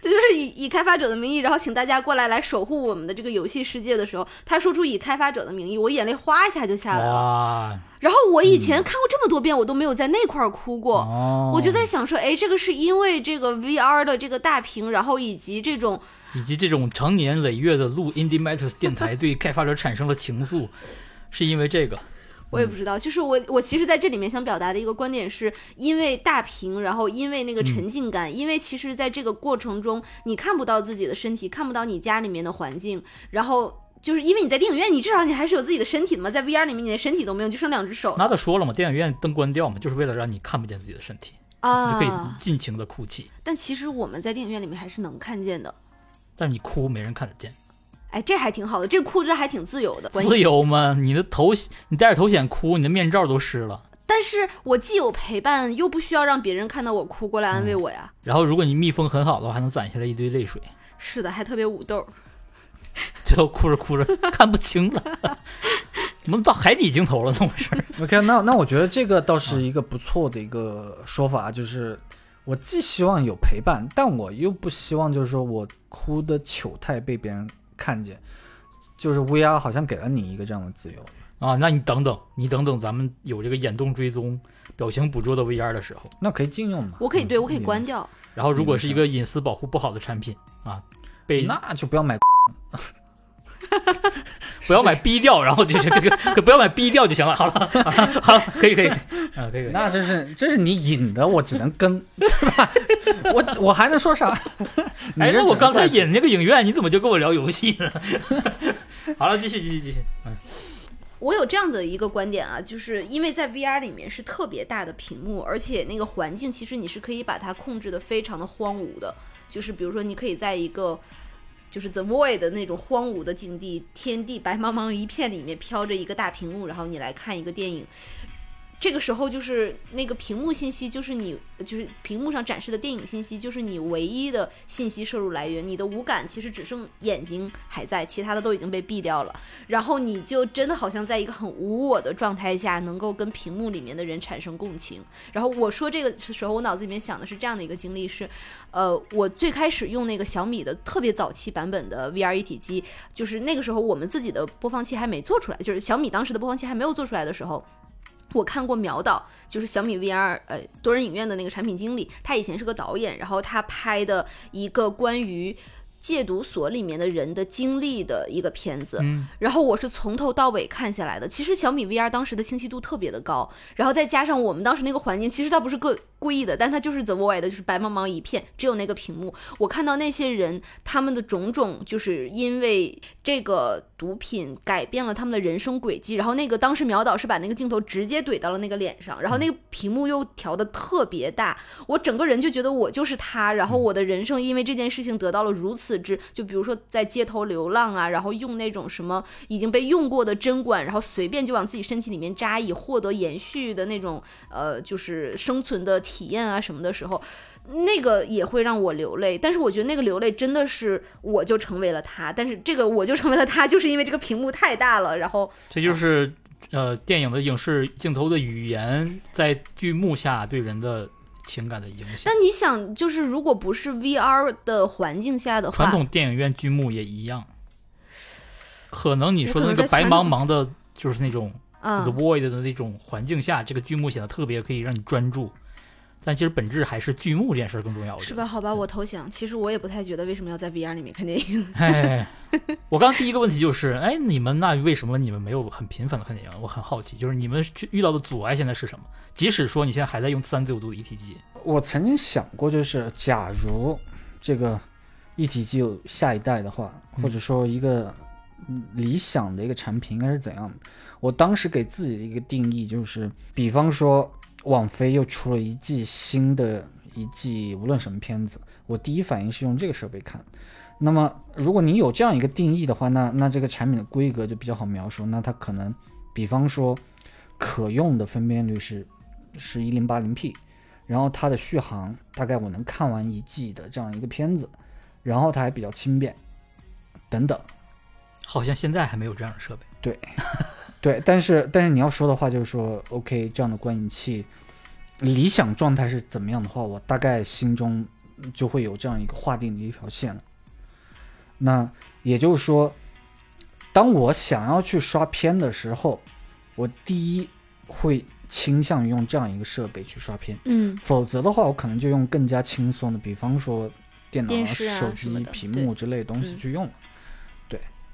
[SPEAKER 3] 这就是以以开发者的名义，然后请大家过来来守护我们的这个游戏世界的时候，他说出以开发者的名义，我眼泪哗一下就下来了。
[SPEAKER 2] 哇，
[SPEAKER 3] 然后我以前看过这么多遍，我都没有在那块儿哭过。
[SPEAKER 1] 嗯
[SPEAKER 2] 哦
[SPEAKER 3] 我就在想说，哎，这个是因为这个 VR 的这个大屏，然后以及这种
[SPEAKER 2] 以及这种常年累月的录 Indie Matters 电台对开发者产生了情 愫，是因为这个。
[SPEAKER 3] 我也不知道，就是我我其实在这里面想表达的一个观点是，因为大屏，然后因为那个沉浸感，因为其实在这个过程中，你看不到自己的身体，看不到你家里面的环境，然后。就是因为你在电影院，你至少你还是有自己的身体的嘛，在 VR 里面你连身体都没有，就剩两只手
[SPEAKER 2] 那都说了嘛，电影院灯关掉嘛，就是为了让你看不见自己的身体，你就可以
[SPEAKER 3] 啊。
[SPEAKER 2] 尽情的哭泣。
[SPEAKER 3] 但其实我们在电影院里面还是能看见的，
[SPEAKER 2] 但是你哭没人看得见，
[SPEAKER 3] 哎，这还挺好的，这哭着还挺自由的。
[SPEAKER 2] 自由吗？你的头，你戴着头显哭，你的面罩都湿了。
[SPEAKER 3] 但是我既有陪伴，又不需要让别人看到我哭过来安慰我呀。
[SPEAKER 2] 然后如果你密封很好的话，还能攒下来一堆泪水。
[SPEAKER 3] 是的，还特别捂豆儿。
[SPEAKER 2] 最后哭着哭着看不清了。怎么到海底镜头了？怎么回事？
[SPEAKER 1] OK，那那我觉得这个倒是一个不错的一个说法，就是我既希望有陪伴，但我又不希望就是说我哭的糗态被别人看见。就是乌鸦好像给了你一个这样的自由，
[SPEAKER 2] 啊，那你等等，你等等，咱们有这个眼动追踪、表情捕捉的 VR 的时候，
[SPEAKER 1] 那可以禁用嘛？
[SPEAKER 3] 我可以对我可以
[SPEAKER 1] 嗯
[SPEAKER 3] 关掉，
[SPEAKER 2] 然后如果是一个隐私保护不好的产品啊，被
[SPEAKER 1] 那就不要买。
[SPEAKER 2] 不要买逼掉，然后就是 这个，可不要买逼掉就行了。好了，好了好了，可以 可以，啊，可以可以。
[SPEAKER 1] 那这是这是你引的，我只能 跟，对吧？我我还能说啥？你
[SPEAKER 2] 哎，
[SPEAKER 1] 这
[SPEAKER 2] 那我
[SPEAKER 1] 只能
[SPEAKER 2] 刚
[SPEAKER 1] 怪
[SPEAKER 2] 才演那个影院，你怎么就跟我聊游戏呢？ 好了，继续继续继续。
[SPEAKER 3] 我有这样的一个观点啊，就是因为在 VR 里面是特别大的屏幕，而且那个环境其实你是可以把它控制的非常的荒芜的，就是比如说你可以在一个就是 The Void 的那种荒芜的境地，天地白茫茫一片里面飘着一个大屏幕，然后你来看一个电影。这个时候就是那个屏幕信息，就是你就是屏幕上展示的电影信息，就是你唯一的信息摄入来源。你的五感其实只剩眼睛还在，其他的都已经被闭掉了。然后你就真的好像在一个很无我的状态下，能够跟屏幕里面的人产生共情。然后我说这个时候，我脑子里面想的是这样的一个经历是，呃，我最开始用那个小米的特别早期版本的 VR 一体机，就是那个时候我们自己的播放器还没做出来，就是小米当时的播放器还没有做出来的时候。我看过苗导，就是小米 VR 呃多人影院的那个产品经理，他以前是个导演，然后他拍的一个关于戒毒所里面的人的经历的一个片子，
[SPEAKER 2] 嗯，
[SPEAKER 3] 然后我是从头到尾看下来的。其实小米 VR 当时的清晰度特别的高，然后再加上我们当时那个环境，其实它不是故故意的，但它就是 The Void，就是白茫茫一片，只有那个屏幕。我看到那些人他们的种种，就是因为这个毒品改变了他们的人生轨迹。然后那个当时苗导是把那个镜头直接怼到了那个脸上，然后那个屏幕又调的特别大，我整个人就觉得我就是他，然后我的人生因为这件事情得到了如此之，就比如说在街头流浪啊，然后用那种什么已经被用过的针管，然后随便就往自己身体里面扎，以获得延续的那种呃，就是生存的体验啊什么的时候，那个也会让我流泪。但是我觉得那个流泪真的是我就成为了他，但是这个我就成为了他，就是因为这个屏幕太大了，然后
[SPEAKER 2] 这就是呃电影的影视镜头的语言在剧目下对人的情感的影响。
[SPEAKER 3] 但你想，就是如果不是 VR 的环境下的
[SPEAKER 2] 传
[SPEAKER 3] 话，
[SPEAKER 2] 统电影院剧目也一样，可能你说的那
[SPEAKER 3] 我可
[SPEAKER 2] 个
[SPEAKER 3] 能在
[SPEAKER 2] 白
[SPEAKER 3] 传
[SPEAKER 2] 茫
[SPEAKER 3] 统
[SPEAKER 2] 茫的，就是那种 The
[SPEAKER 3] 嗯，
[SPEAKER 2] Void 的那种环境下，这个剧目显得特别可以让你专注。但其实本质还是剧目这件事儿更重要，我觉
[SPEAKER 3] 是
[SPEAKER 2] 得
[SPEAKER 3] 吧？？好吧，我投降。其实我也不太觉得为什么要在 VR 里面看电影。
[SPEAKER 2] 哎， 我刚第一个问题就是，哎，你们那为什么你们没有很频繁的看电影？我很好奇，就是你们去遇到的阻碍现在是什么？即使说你现在还在用三六度一体机，
[SPEAKER 1] 我曾经想过，就是假如这个一体机有下一代的话，
[SPEAKER 2] 嗯
[SPEAKER 1] 或者说一个嗯理想的一个产品应该是怎样的？我当时给自己的一个定义就是，比方说网飞又出了一季新的一季，无论什么片子，我第一反应是用这个设备看。那么，如果你有这样一个定义的话，那那这个产品的规格就比较好描述。那它可能，比方说，可用的分辨率是是一零八零 P，然后它的续航大概我能看完一季的这样一个片子，然后它还比较轻便，等等。
[SPEAKER 2] 好像现在还没有这样的设备。
[SPEAKER 1] 对，但是但是你要说的话就是说，OK，这样的观影器理想状态是怎么样的话，我大概心中就会有这样一个划定的一条线了。那也就是说，当我想要去刷片的时候，我第一会倾向于用这样一个设备去刷片。
[SPEAKER 3] 嗯，
[SPEAKER 1] 否则的话，我可能就用更加轻松的，比方说电脑、
[SPEAKER 3] 电视啊
[SPEAKER 1] 手
[SPEAKER 3] 什
[SPEAKER 1] 机
[SPEAKER 3] 么、的
[SPEAKER 1] 屏幕之类的东西
[SPEAKER 3] 嗯
[SPEAKER 1] 去用了。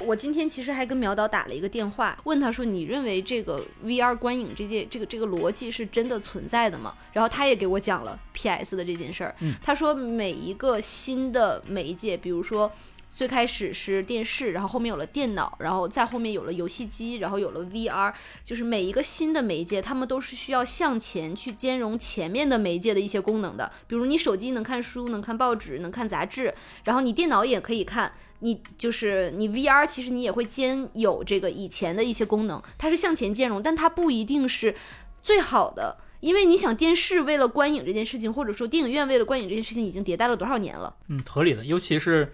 [SPEAKER 3] 我今天其实还跟苗导打了一个电话，问他说：“你认为这个 VR 观影这件这个这个逻辑是真的存在的吗？”然后他也给我讲了 PS 的这件事儿。
[SPEAKER 2] 嗯
[SPEAKER 3] 他说每一个新的媒介，比如说。最开始是电视，然后后面有了电脑，然后再后面有了游戏机，然后有了 VR，就是每一个新的媒介，他们都是需要向前去兼容前面的媒介的一些功能的。比如你手机能看书、能看报纸、能看杂志，然后你电脑也可以看，你就是你 VR，其实你也会兼有这个以前的一些功能，它是向前兼容，但它不一定是最好的。因为你想，电视为了观影这件事情，或者说电影院为了观影这件事情，已经迭代了多少年了？
[SPEAKER 2] 嗯，合理的，尤其是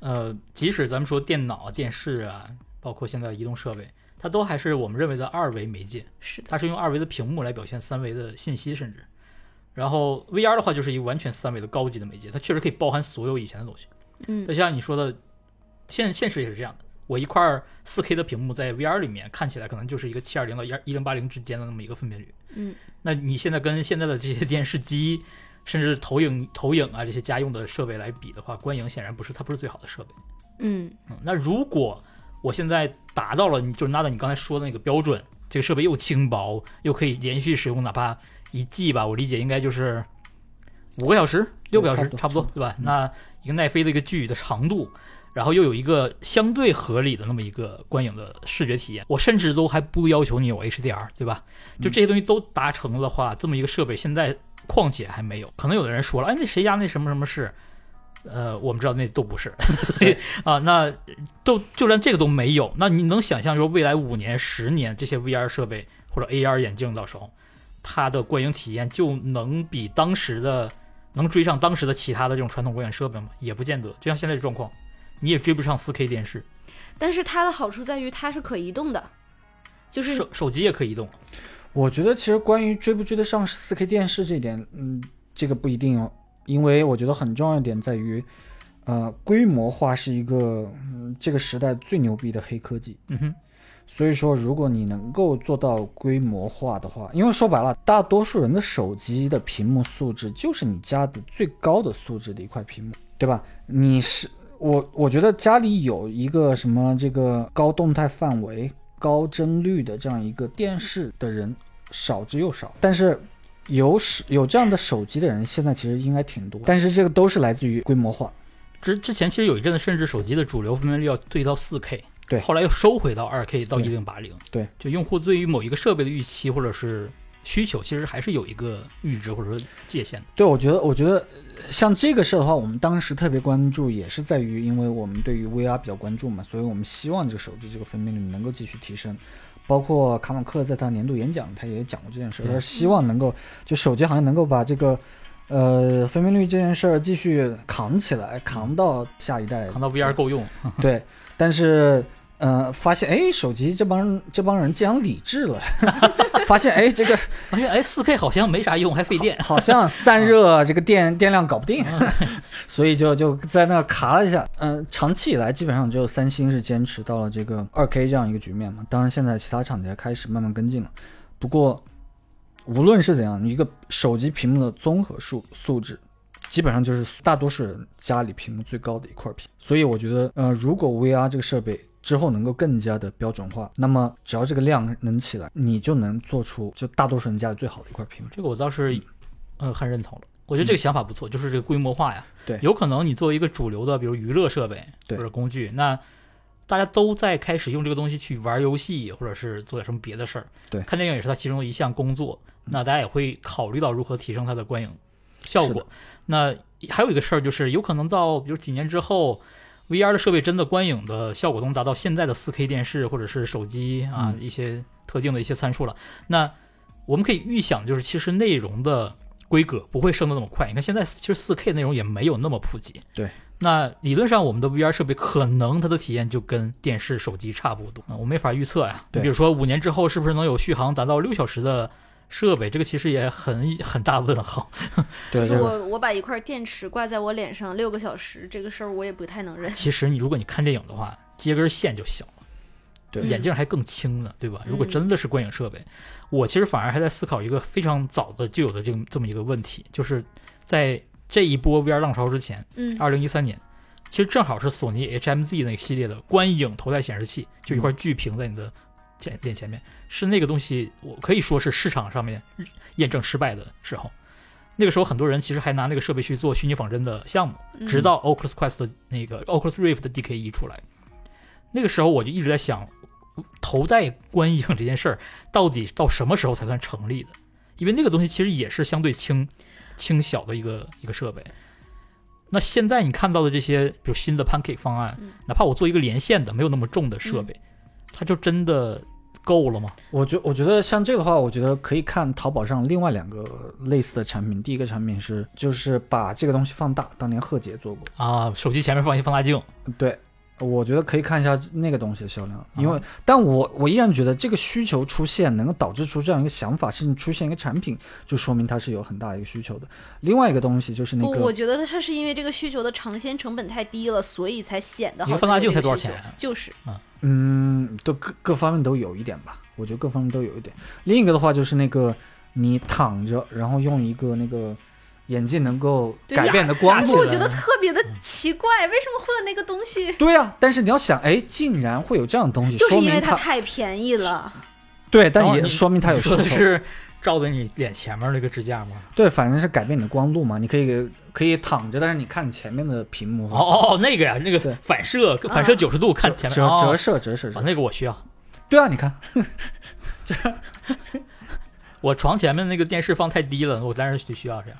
[SPEAKER 2] 呃，即使咱们说电脑、电视啊，包括现在移动设备，它都还是我们认为的二维媒介，
[SPEAKER 3] 是的，
[SPEAKER 2] 它是用二维的屏幕来表现三维的信息，甚至。然后 VR 的话，就是一个完全三维的高级的媒介，它确实可以包含所有以前的东西。
[SPEAKER 3] 嗯
[SPEAKER 2] 就像你说的，现现实也是这样的。我一块四 K 的屏幕在 VR 里面看起来可能就是一个七二零到一一零八零之间的那么一个分辨率。
[SPEAKER 3] 嗯，
[SPEAKER 2] 那你现在跟现在的这些电视机，甚至投影投影啊这些家用的设备来比的话，观影显然不是它不是最好的设备。
[SPEAKER 3] 嗯
[SPEAKER 2] 嗯，那如果我现在达到了你就是拿到你刚才说的那个标准，这个设备又轻薄，又可以连续使用，哪怕一 G 吧，我理解应该就是五个小时、六个小时
[SPEAKER 1] 对差
[SPEAKER 2] 差不
[SPEAKER 1] 不
[SPEAKER 2] 多嗯
[SPEAKER 1] 多，
[SPEAKER 2] 对吧？那一个奈飞的一个剧的长度，然后又有一个相对合理的那么一个观影的视觉体验，我甚至都还不要求你有 HDR，对吧？就这些东西都达成了的话，这么一个设备现在况且还没有，可能有的人说了，哎，那谁家那什么什么是？呃，我们知道那都不是， 所以啊，那都就连这个都没有，那你能想象说未来五年、十年这些 VR 设备或者 AR 眼镜到时候，它的观影体验就能比当时的能追上当时的其他的这种传统观影设备吗？也不见得。就像现在的状况，你也追不上 4K 电视，
[SPEAKER 3] 但是它的好处在于它是可移动的，就是
[SPEAKER 2] 手手机也可以移动。
[SPEAKER 1] 我觉得其实关于追不追得上 4K 电视这一点，嗯，这个不一定哦，因为我觉得很重要一点在于，呃，规模化是一个、嗯、这个时代最牛逼的黑科技。
[SPEAKER 2] 嗯哼，
[SPEAKER 1] 所以说，如果你能够做到规模化的话，因为说白了，大多数人的手机的屏幕素质就是你家的最高的素质的一块屏幕，对吧？你是我，我觉得家里有一个什么这个高动态范围、高帧率的这样一个电视的人少之又少，但是。有手有这样的手机的人，现在其实应该挺多，但是这个都是来自于规模化。
[SPEAKER 2] 之之前其实有一阵子，甚至手机的主流分辨率要对到 4K，
[SPEAKER 1] 对
[SPEAKER 2] 后来又收回到 2K 到
[SPEAKER 1] 对
[SPEAKER 2] 1080，
[SPEAKER 1] 对，
[SPEAKER 2] 就用户对于某一个设备的预期或者是需求，其实还是有一个阈值或者说界限的。
[SPEAKER 1] 对，我觉得，我觉得呃像这个事儿的话，我们当时特别关注，也是在于，因为我们对于 VR 比较关注嘛，所以我们希望这个手机这个分辨率能够继续提升。包括卡马克在他年度演讲，他也讲过这件事，
[SPEAKER 2] 对
[SPEAKER 1] 他希望能够就手机好像能够把这个呃分辨率这件事儿继续扛起来，扛到下一代。
[SPEAKER 2] 扛到 VR 够用，
[SPEAKER 1] 对，但是呃，发现哎，手机这帮这帮人竟然理智了， 发现哎，这个
[SPEAKER 2] 发现哎4 K 好像没啥用，还费电。
[SPEAKER 1] 好像 散热这个电电量搞不定， 所以就就在那儿卡了一下。嗯，长期以来基本上只有三星是坚持到了这个二 K 这样一个局面嘛。当然，现在其他厂家开始慢慢跟进了。不过，无论是怎样，一个手机屏幕的综合素素质，基本上就是大多数人家里屏幕最高的一块屏。所以我觉得，呃，如果 VR 这个设备之后能够更加的标准化，那么只要这个量能起来，你就能做出就大多数人家里最好的一块屏幕。
[SPEAKER 2] 这个我倒
[SPEAKER 1] 嗯
[SPEAKER 2] 是，呃，很认同了。我觉得这个想法不错，就是这个规模化呀。
[SPEAKER 1] 对
[SPEAKER 2] 有可能你作为一个主流的，比如娱乐设备或
[SPEAKER 1] 对
[SPEAKER 2] 者工具，那大家都在开始用这个东西去玩游戏，或者是做点什么别的事儿。
[SPEAKER 1] 对嗯
[SPEAKER 2] 看电影也是它其中的一项工作。那大家也会考虑到如何提升它的观影效
[SPEAKER 1] 是
[SPEAKER 2] 果
[SPEAKER 1] 的。
[SPEAKER 2] 那还有一个事儿就是，有可能到比如几年之后。VR 的设备真的观影的效果都能达到现在的 4K 电视或者是手机啊、
[SPEAKER 1] 嗯
[SPEAKER 2] 一些特定的一些参数了。那我们可以预想，就是其实内容的规格不会升得那么快。你看现在其实 4K 内容也没有那么普及。
[SPEAKER 1] 对。
[SPEAKER 2] 那理论上，我们的 VR 设备可能它的体验就跟电视、手机差不多，啊我没法预测呀。
[SPEAKER 1] 对
[SPEAKER 2] 比如说五年之后是不是能有续航达到六小时的设备，这个其实也很很大问号。
[SPEAKER 1] 对，
[SPEAKER 3] 如
[SPEAKER 1] 这个
[SPEAKER 3] 果我把一块电池挂在我脸上六个小时，这个事儿我也不太能忍。
[SPEAKER 2] 其实你如果你看电影的话，接根线就行了。
[SPEAKER 1] 对
[SPEAKER 2] 眼镜还更轻呢，对吧？如果真的是观影设备，我其实反而还在思考一个非常早的就有的这么这么一个问题，就是在这一波 VR 浪潮之前，
[SPEAKER 3] 嗯
[SPEAKER 2] 二零一三年，其实正好是索尼 HMZ 那个系列的观影头戴显示器，就一块巨屏在你的前脸前面，是那个东西，我可以说是市场上面验证失败的时候。那个时候，很多人其实还拿那个设备去做虚拟仿真的项目，
[SPEAKER 3] 嗯，
[SPEAKER 2] 直到 Oculus Quest 的那个 Oculus Rift 的 DK 一出来，那个时候我就一直在想，头戴观影这件事儿到底到什么时候才算成立的？因为那个东西其实也是相对轻、轻小的一个一个设备。那现在你看到的这些，比如新的 Pancake 方案
[SPEAKER 3] 嗯，
[SPEAKER 2] 哪怕我做一个连线的，没有那么重的设备，它就真的够了吗？
[SPEAKER 1] 我觉我觉得像这个的话，我觉得可以看淘宝上另外两个类似的产品。第一个产品是就是把这个东西放大，当年贺姐做过，
[SPEAKER 2] 啊，手机前面放一些放大镜，
[SPEAKER 1] 对，我觉得可以看一下那个东西的销
[SPEAKER 3] 啊
[SPEAKER 1] 量，因为，但我我依然觉得这个需求出现，能够导致出这样一个想法，甚至出现一个产品，就说明它是有很大的一个需求的。另外一个东西就是那
[SPEAKER 3] 不，我
[SPEAKER 1] 个，
[SPEAKER 3] 觉得它是因为这个需求的尝鲜成本太低了，所以才显得
[SPEAKER 2] 一个
[SPEAKER 3] 好像
[SPEAKER 2] 放大
[SPEAKER 3] 有
[SPEAKER 2] 镜
[SPEAKER 3] 这
[SPEAKER 2] 才
[SPEAKER 3] 个
[SPEAKER 2] 多少
[SPEAKER 3] 需求
[SPEAKER 2] 钱啊
[SPEAKER 3] 就是
[SPEAKER 1] 嗯，都各各方面都有一点吧，我觉得各方面都有一点。另一个的话就是那个，你躺着，然后用一个那个眼镜能够
[SPEAKER 3] 对
[SPEAKER 1] 改
[SPEAKER 3] 呀
[SPEAKER 1] 变的光
[SPEAKER 3] 而且
[SPEAKER 1] 度
[SPEAKER 3] 我，觉得特别的奇怪，为什么会有那个东西？
[SPEAKER 1] 对呀、但是你要想，哎，竟然会有这样的东西，
[SPEAKER 3] 就是
[SPEAKER 1] 说
[SPEAKER 3] 因为
[SPEAKER 1] 明
[SPEAKER 3] 它太便宜了，
[SPEAKER 1] 对，
[SPEAKER 2] 然
[SPEAKER 1] 但
[SPEAKER 2] 后
[SPEAKER 1] 也
[SPEAKER 2] 你
[SPEAKER 1] 说明它有
[SPEAKER 2] 你
[SPEAKER 1] 需
[SPEAKER 2] 说的
[SPEAKER 1] 求。
[SPEAKER 2] 是照着你脸前面那个支架吗？
[SPEAKER 1] 对，反正是改变你的光路嘛，你可以可以躺着，但是你看前面的屏幕，
[SPEAKER 2] 哦哦哦，那个呀，那个
[SPEAKER 1] 对
[SPEAKER 2] 反射跟反射九十度看前面
[SPEAKER 1] 折折
[SPEAKER 2] 哦，
[SPEAKER 1] 射折射
[SPEAKER 2] 哦
[SPEAKER 1] 折射。
[SPEAKER 2] 那个我需要。
[SPEAKER 1] 对啊，你看，
[SPEAKER 2] 我床前面那个电视放太低了，我当然需需要这样。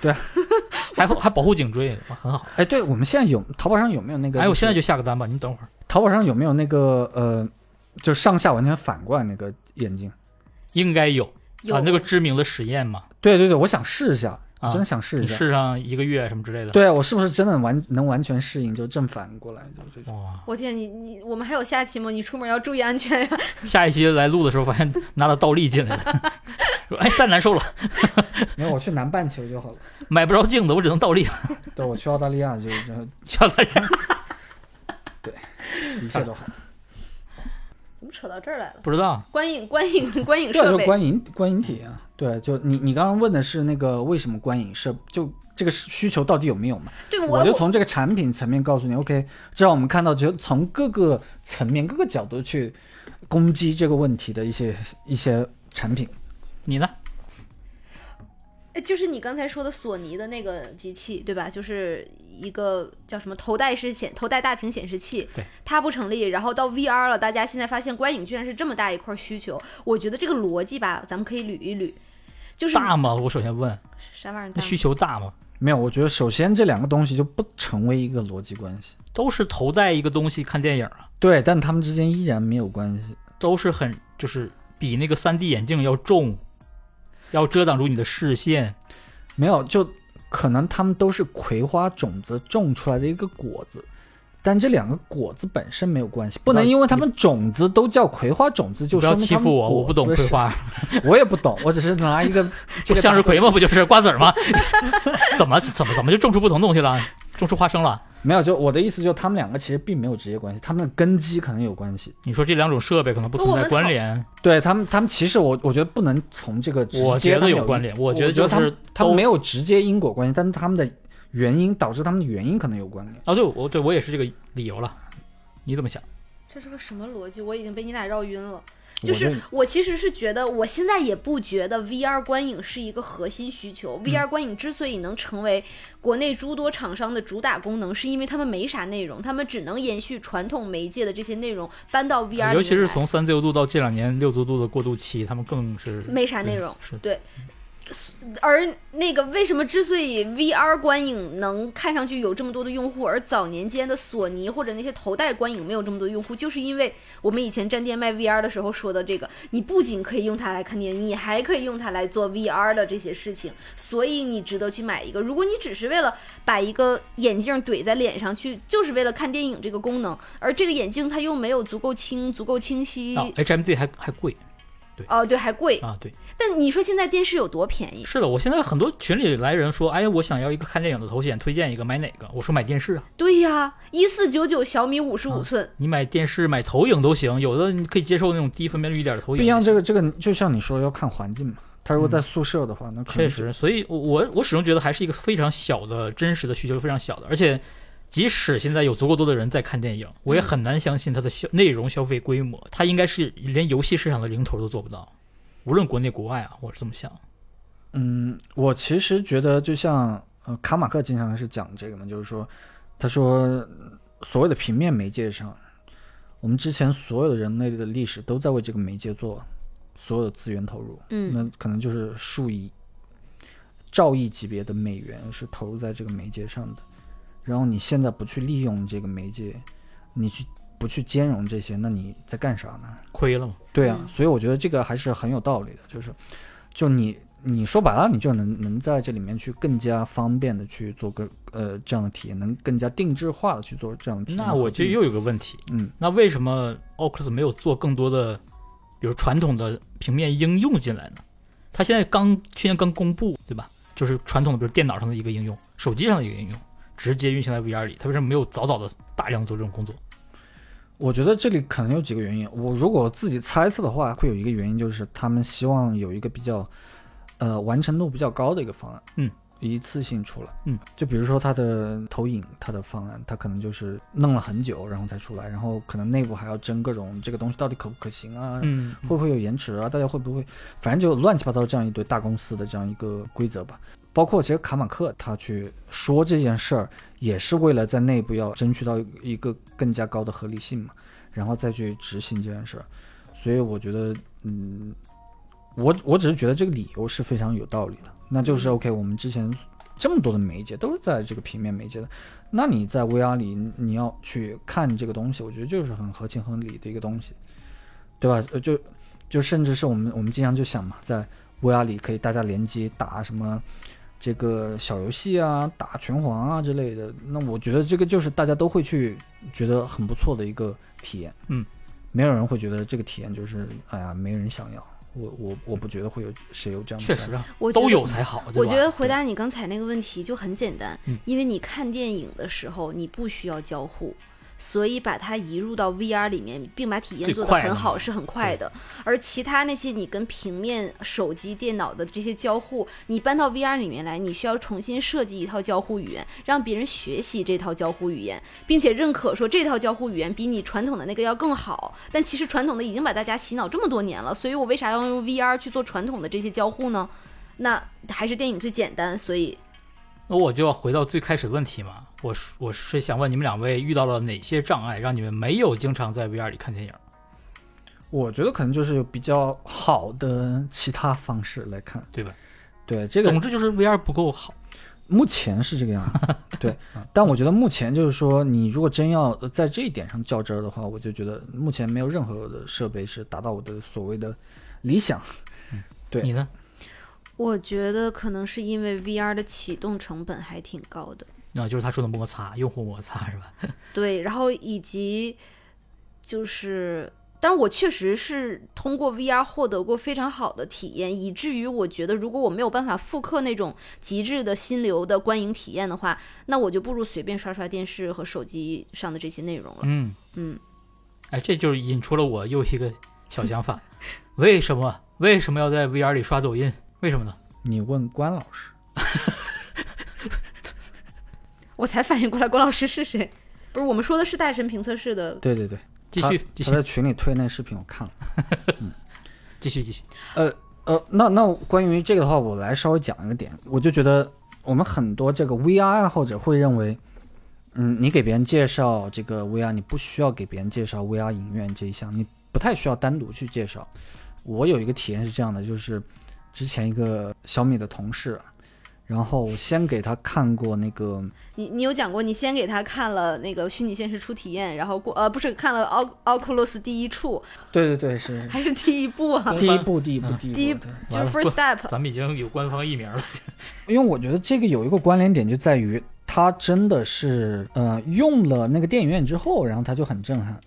[SPEAKER 1] 对啊，
[SPEAKER 2] 还还保护颈椎，哇很好。
[SPEAKER 1] 哎，对我们现在有淘宝上有没有那个？
[SPEAKER 2] 哎，我现在
[SPEAKER 1] 就
[SPEAKER 2] 就下个单吧，你等会儿。
[SPEAKER 1] 淘宝上有没有那个呃，就上下完全反过来那个眼镜？
[SPEAKER 2] 应该有
[SPEAKER 3] 有
[SPEAKER 2] 啊，那个知名的实验嘛，
[SPEAKER 1] 对对对，我想试一下，
[SPEAKER 2] 啊
[SPEAKER 1] 真的想试
[SPEAKER 2] 你
[SPEAKER 1] 一下。
[SPEAKER 2] 试上一个月什么之类的。，
[SPEAKER 1] 对啊我是不是真的完能完全适应，就正反过来？就就
[SPEAKER 2] 哇，
[SPEAKER 3] 我天，你你我们还有下期吗？你出门要注意安全呀！
[SPEAKER 2] 下一期来录的时候，发现拿了倒立进来了， 说哎太难受了，
[SPEAKER 1] 没有，我去南半球就好了。
[SPEAKER 2] 买不着镜子，我只能倒立了。
[SPEAKER 1] 对，我去澳大利亚就就
[SPEAKER 2] 叫他
[SPEAKER 1] 一切都好。
[SPEAKER 3] 怎么扯到这儿来了？
[SPEAKER 2] 不知道，
[SPEAKER 3] 观影观影 观影
[SPEAKER 1] 对，
[SPEAKER 3] 设
[SPEAKER 1] 就
[SPEAKER 3] 备，
[SPEAKER 1] 观影观影体验啊。对，就你你刚刚问的是那个为什么观影设就这个需求到底有没有嘛？
[SPEAKER 3] 对
[SPEAKER 1] 我
[SPEAKER 3] 我
[SPEAKER 1] 就从这个产品层面告诉你，OK，这让我们看到，就从各个层面、各个角度去攻击这个问题的一些一些产品。
[SPEAKER 2] 你呢？
[SPEAKER 3] 哎就是你刚才说的索尼的那个机器，对吧？就是一个叫什么头戴式显头戴大屏显示器
[SPEAKER 2] 对，
[SPEAKER 3] 它不成立，然后到 VR 了，大家现在发现观影居然是这么大一块需求，我觉得这个逻辑吧，咱们可以捋一捋，就是
[SPEAKER 2] 大吗？我首先问，
[SPEAKER 3] 啥玩意儿
[SPEAKER 2] 那
[SPEAKER 3] 大？
[SPEAKER 2] 需求大吗？
[SPEAKER 1] 没有，我觉得首先这两个东西就不成为一个逻辑关系。
[SPEAKER 2] 都是头戴一个东西看电影啊，
[SPEAKER 1] 对，但他们之间依然没有关系。
[SPEAKER 2] 都是很就是比那个3 D 眼镜要重，要遮挡住你的视线。
[SPEAKER 1] 没有，就可能他们都是葵花种子种出来的一个果子，但这两个果子本身没有关系，不能因为他们种子都叫葵花种子就
[SPEAKER 2] 不要
[SPEAKER 1] 说明
[SPEAKER 2] 欺
[SPEAKER 1] 他们
[SPEAKER 2] 负我，我不懂
[SPEAKER 1] 果子
[SPEAKER 2] 葵
[SPEAKER 1] 是，
[SPEAKER 2] 花，
[SPEAKER 1] 我也不懂，我只是拿一个这
[SPEAKER 2] 不
[SPEAKER 1] 个
[SPEAKER 2] 向日
[SPEAKER 1] 大
[SPEAKER 2] 葵吗？不就是瓜子儿吗？ 怎么怎么怎么就种出不同东西了？种出花生了？
[SPEAKER 1] 没有，就我的意思，就他们两个其实并没有直接关系，他们的根基可能有关系。
[SPEAKER 2] 你说这两种设备可能不存在关联，
[SPEAKER 1] 对他们，他们其实我我觉得不能从这个直接
[SPEAKER 2] 我觉
[SPEAKER 1] 他
[SPEAKER 2] 得
[SPEAKER 1] 们
[SPEAKER 2] 有
[SPEAKER 1] 有
[SPEAKER 2] 关联。我
[SPEAKER 1] 我
[SPEAKER 2] 觉得
[SPEAKER 1] 觉
[SPEAKER 2] 就
[SPEAKER 1] 得他
[SPEAKER 2] 是
[SPEAKER 1] 们他们
[SPEAKER 2] 都
[SPEAKER 1] 没有直接因果关系，但是他们的原因导致他们的原因可能有关联。
[SPEAKER 2] 啊，对，我对我也是这个理由了。你怎么想？
[SPEAKER 3] 这是个什么逻辑？我已经被你俩绕晕了。
[SPEAKER 1] 我
[SPEAKER 3] 就
[SPEAKER 1] 认
[SPEAKER 3] 是我其实是觉得，我现在也不觉得 VR 观影是一个核心需求。VR
[SPEAKER 2] 嗯
[SPEAKER 3] 观影之所以能成为国内诸多厂商的主打功能，是因为他们没啥内容，他们只能延续传统媒介的这些内容搬到 VR 里面来，
[SPEAKER 2] 尤其是从三自由度到这两年六自由度的过渡期，他们更是
[SPEAKER 3] 没啥内容。
[SPEAKER 2] 是
[SPEAKER 3] 对，而那个为什么之所以 VR 观影能看上去有这么多的用户，而早年间的索尼或者那些头戴观影没有这么多用户，就是因为我们以前站店卖 VR 的时候说的这个，你不仅可以用它来看电影，你还可以用它来做 VR 的这些事情，所以你值得去买一个。如果你只是为了把一个眼镜怼在脸上去，就是为了看电影这个功能，而这个眼镜它又没有足够轻、足够清晰，
[SPEAKER 2] 啊，HMG 还还贵
[SPEAKER 3] 哦，对，还贵。
[SPEAKER 2] 啊，对。
[SPEAKER 3] 但你说现在电视有多便宜？
[SPEAKER 2] 是的，我现在很多群里来人说，哎，我想要一个看电影的头显，推荐一个，买哪个？我说买电视啊，
[SPEAKER 3] 对呀，一四九九小米五十五
[SPEAKER 2] 啊
[SPEAKER 3] 寸，
[SPEAKER 2] 你买电视、买投影都行，有的你可以接受那种低分辨率一点的投
[SPEAKER 1] 不一样，
[SPEAKER 2] 影。
[SPEAKER 1] 这个这个就像你说要看环境嘛。他如果在宿舍的话，那可能
[SPEAKER 2] 确实，所以我我我始终觉得还是一个非常小的真实的需求，非常小的，而且即使现在有足够多的人在看电影，我也很难相信它的消内容消费规模，它应该是连游戏市场的零头都做不到，无论国内国外啊，我是这么想。
[SPEAKER 1] 嗯，我其实觉得就像呃卡马克经常是讲这个嘛，就是说，他说所谓的平面媒介上，我们之前所有的人类的历史都在为这个媒介做所有的资源投入，
[SPEAKER 3] 嗯
[SPEAKER 1] 那可能就是数以兆亿级别的美元是投入在这个媒介上的，然后你现在不去利用这个媒介，你去不去兼容这些，那你在干啥呢？
[SPEAKER 2] 亏了嘛？
[SPEAKER 1] 对啊，
[SPEAKER 3] 嗯
[SPEAKER 1] 所以我觉得这个还是很有道理的，就是，就你你说白了，你就能能在这里面去更加方便的去做个呃这样的体验，能更加定制化的去做这样的体验。
[SPEAKER 2] 那我这又有个问题，
[SPEAKER 1] 嗯，
[SPEAKER 2] 那为什么 Oculus 没有做更多的，比如传统的平面应用进来呢？它现在刚去年刚公布，对吧？就是传统的，比如电脑上的一个应用，手机上的一个应用，直接运行在 VR 里，它为什么没有早早的大量做这种工作？
[SPEAKER 1] 我觉得这里可能有几个原因。我如果自己猜测的话，会有一个原因就是他们希望有一个比较，呃，完成度比较高的一个方案，
[SPEAKER 2] 嗯，
[SPEAKER 1] 一次性出来，
[SPEAKER 2] 嗯，
[SPEAKER 1] 就比如说它的投影，它的方案，它可能就是弄了很久，然后才出来，然后可能内部还要争各种这个东西到底可不可行啊，
[SPEAKER 2] 嗯，
[SPEAKER 1] 会不会有延迟啊？大家会不会，反正就乱七八糟这样一堆大公司的这样一个规则吧。包括其实卡马克他去说这件事儿，也是为了在内部要争取到一个更加高的合理性嘛，然后再去执行这件事儿。所以我觉得，嗯，我我只是觉得这个理由是非常有道理的。那就是 OK，我们之前这么多的媒介都是在这个平面媒介的，那你在 VR 里你要去看这个东西，我觉得就是很合情合理的一个东西，对吧？呃就就甚至是我们我们经常就想嘛，在 VR 里可以大家联机打什么这个小游戏啊，打拳皇啊之类的。那我觉得这个就是大家都会去觉得很不错的一个体验。
[SPEAKER 2] 嗯，
[SPEAKER 1] 没有人会觉得这个体验就是哎呀没人想要。我我我不觉得会有谁有这样的
[SPEAKER 2] 确
[SPEAKER 1] 想法。
[SPEAKER 2] 实啊，
[SPEAKER 3] 我觉
[SPEAKER 2] 都
[SPEAKER 3] 得
[SPEAKER 2] 有才好。对
[SPEAKER 3] 我
[SPEAKER 2] 吧
[SPEAKER 3] 觉得回答你刚才那个问题就很简单
[SPEAKER 2] 嗯，
[SPEAKER 3] 因为你看电影的时候你不需要交互，所以把它移入到 VR 里面，并把体验
[SPEAKER 2] 最
[SPEAKER 3] 做得
[SPEAKER 2] 快的
[SPEAKER 3] 很好
[SPEAKER 2] 嘛
[SPEAKER 3] 是很快的。而其他那些你跟平面、手机、电脑的这些交互，你搬到 VR 里面来，你需要重新设计一套交互语言，让别人学习这套交互语言，并且认可说这套交互语言比你传统的那个要更好。但其实传统的已经把大家洗脑这么多年了，所以我为啥要用 VR 去做传统的这些交互呢？那还是电影最简单，所以
[SPEAKER 2] 那我就要回到最开始的问题嘛，我是我是想问你们两位遇到了哪些障碍，让你们没有经常在 VR 里看电影？
[SPEAKER 1] 我觉得可能就是有比较好的其他方式来看，
[SPEAKER 2] 对吧？
[SPEAKER 1] 对这个
[SPEAKER 2] 总之就是 VR 不够好。
[SPEAKER 1] 目前是这个样 子，对。但我觉得目前就是说，你如果真要呃在这一点上较真儿的话，我就觉得目前没有任何的设备是达到我的所谓的理想。对
[SPEAKER 2] 你呢？
[SPEAKER 3] 我觉得可能是因为 VR 的启动成本还挺高的，
[SPEAKER 2] 那啊就是他说的摩擦，用户摩擦是吧？
[SPEAKER 3] 对，然后以及就是，但我确实是通过 VR 获得过非常好的体验，以至于我觉得如果我没有办法复刻那种极致的心流的观影体验的话，那我就不如随便刷刷电视和手机上的这些内容了。
[SPEAKER 2] 嗯，
[SPEAKER 3] 嗯，
[SPEAKER 2] 哎，这就是引出了我又一个小想法： 为什么为什么要在 VR 里刷抖音？为什么呢？
[SPEAKER 1] 你问关老师，
[SPEAKER 3] 我才反应过来郭老师是谁，不是我们说的是大神评测室的
[SPEAKER 1] 对对对，
[SPEAKER 2] 继
[SPEAKER 1] 他
[SPEAKER 2] 续继
[SPEAKER 1] 他
[SPEAKER 2] 续
[SPEAKER 1] 在群里推那视频我看了。
[SPEAKER 2] 继续继续。
[SPEAKER 1] 呃，那那关于这个的话，我来稍微讲一个点，我就觉得我们很多这个 VR 爱好者会认为，嗯，你给别人介绍这个 VR，你不需要给别人介绍 VR 影院这一项，你不太需要单独去介绍。我有一个体验是这样的，就是之前一个小米的同事啊，然后我先给他看过那个，
[SPEAKER 3] 你你有讲过，你先给他看了那个虚拟现实初体验，然后过呃不是看了奥奥库洛斯第一处，
[SPEAKER 1] 对对对，是嗯
[SPEAKER 3] 还是第一部啊，
[SPEAKER 1] 第一步，第一步，第
[SPEAKER 3] 第
[SPEAKER 1] 一
[SPEAKER 3] 一
[SPEAKER 1] 步，对
[SPEAKER 3] 就
[SPEAKER 2] 完
[SPEAKER 3] 是
[SPEAKER 2] 了
[SPEAKER 3] first step。
[SPEAKER 2] 咱们已经有官方译名 了，
[SPEAKER 1] 因为我觉得这个有一个关联点就在于，它真的是呃用了那个电影院之后，然后它就很震撼。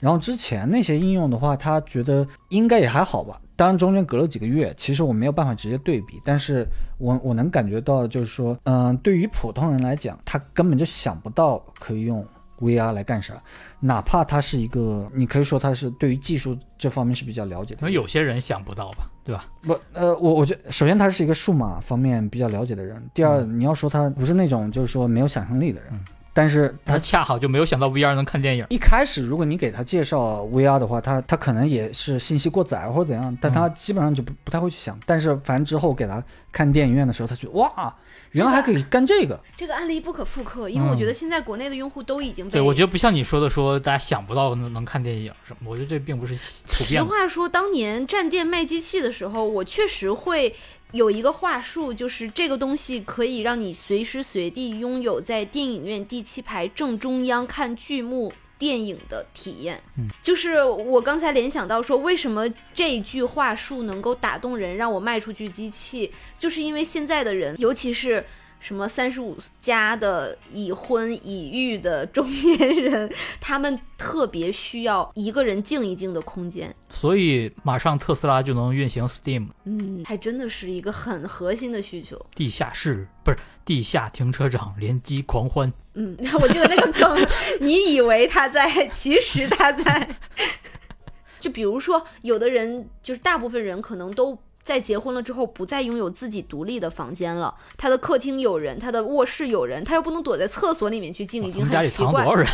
[SPEAKER 1] 然后之前那些应用的话，他觉得应该也还好吧。当然中间隔了几个月，其实我没有办法直接对比，但是我我能感觉到，就是说，嗯、对于普通人来讲，他根本就想不到可以用 VR 来干啥，哪怕他是一个，你可以说他是对于技术这方面是比较了解的
[SPEAKER 2] 可能
[SPEAKER 1] 人，
[SPEAKER 2] 有些人想不到吧，对吧？
[SPEAKER 1] 不，呃，我我觉得，首先他是一个数码方面比较了解的人，第二，你要说他不是那种就是说没有想象力的人，
[SPEAKER 2] 嗯
[SPEAKER 1] 但是他
[SPEAKER 2] 他恰好就没有想到 VR 能看电影。
[SPEAKER 1] 一开始如果你给他介绍 VR 的话，他他可能也是信息过载或者怎样，但
[SPEAKER 2] 嗯
[SPEAKER 1] 他基本上就不不太会去想。但是反正之后给他看电影院的时候，他觉得哇，原来还可以干这个。
[SPEAKER 3] 这个案例不可复刻，因为我觉得现在国内的用户都已经被。
[SPEAKER 2] 嗯对，我觉得不像你说的说大家想不到能能看电影什么，我觉得这并不 是普
[SPEAKER 3] 实
[SPEAKER 2] 遍的。
[SPEAKER 3] 话说，当年站店卖机器的时候，我确实会有一个话术，就是这个东西可以让你随时随地拥有在电影院第七排正中央看剧目电影的体验。
[SPEAKER 2] 嗯，
[SPEAKER 3] 就是我刚才联想到说，为什么这一句话术能够打动人，让我卖出去机器，就是因为现在的人，尤其是。什么三十五加的已婚已育的中年人，他们特别需要一个人静一静的空间。
[SPEAKER 2] 所以马上特斯拉就能运行 Steam
[SPEAKER 3] 嗯，还真的是一个很核心的需求。
[SPEAKER 2] 地下室，不是地下停车场联机狂欢。
[SPEAKER 3] 嗯， 我记得那个梗，你以为他在，其实他在。 就比如说，有的人就是大部分人可能都在结婚了之后不再拥有自己独立的房间了，他的客厅有人，他的卧室有人，他又不能躲在厕所里面去静一
[SPEAKER 2] 他
[SPEAKER 3] 静，
[SPEAKER 2] 们家
[SPEAKER 3] 很
[SPEAKER 2] 里
[SPEAKER 3] 奇
[SPEAKER 2] 藏多
[SPEAKER 3] 怪
[SPEAKER 2] 少。人？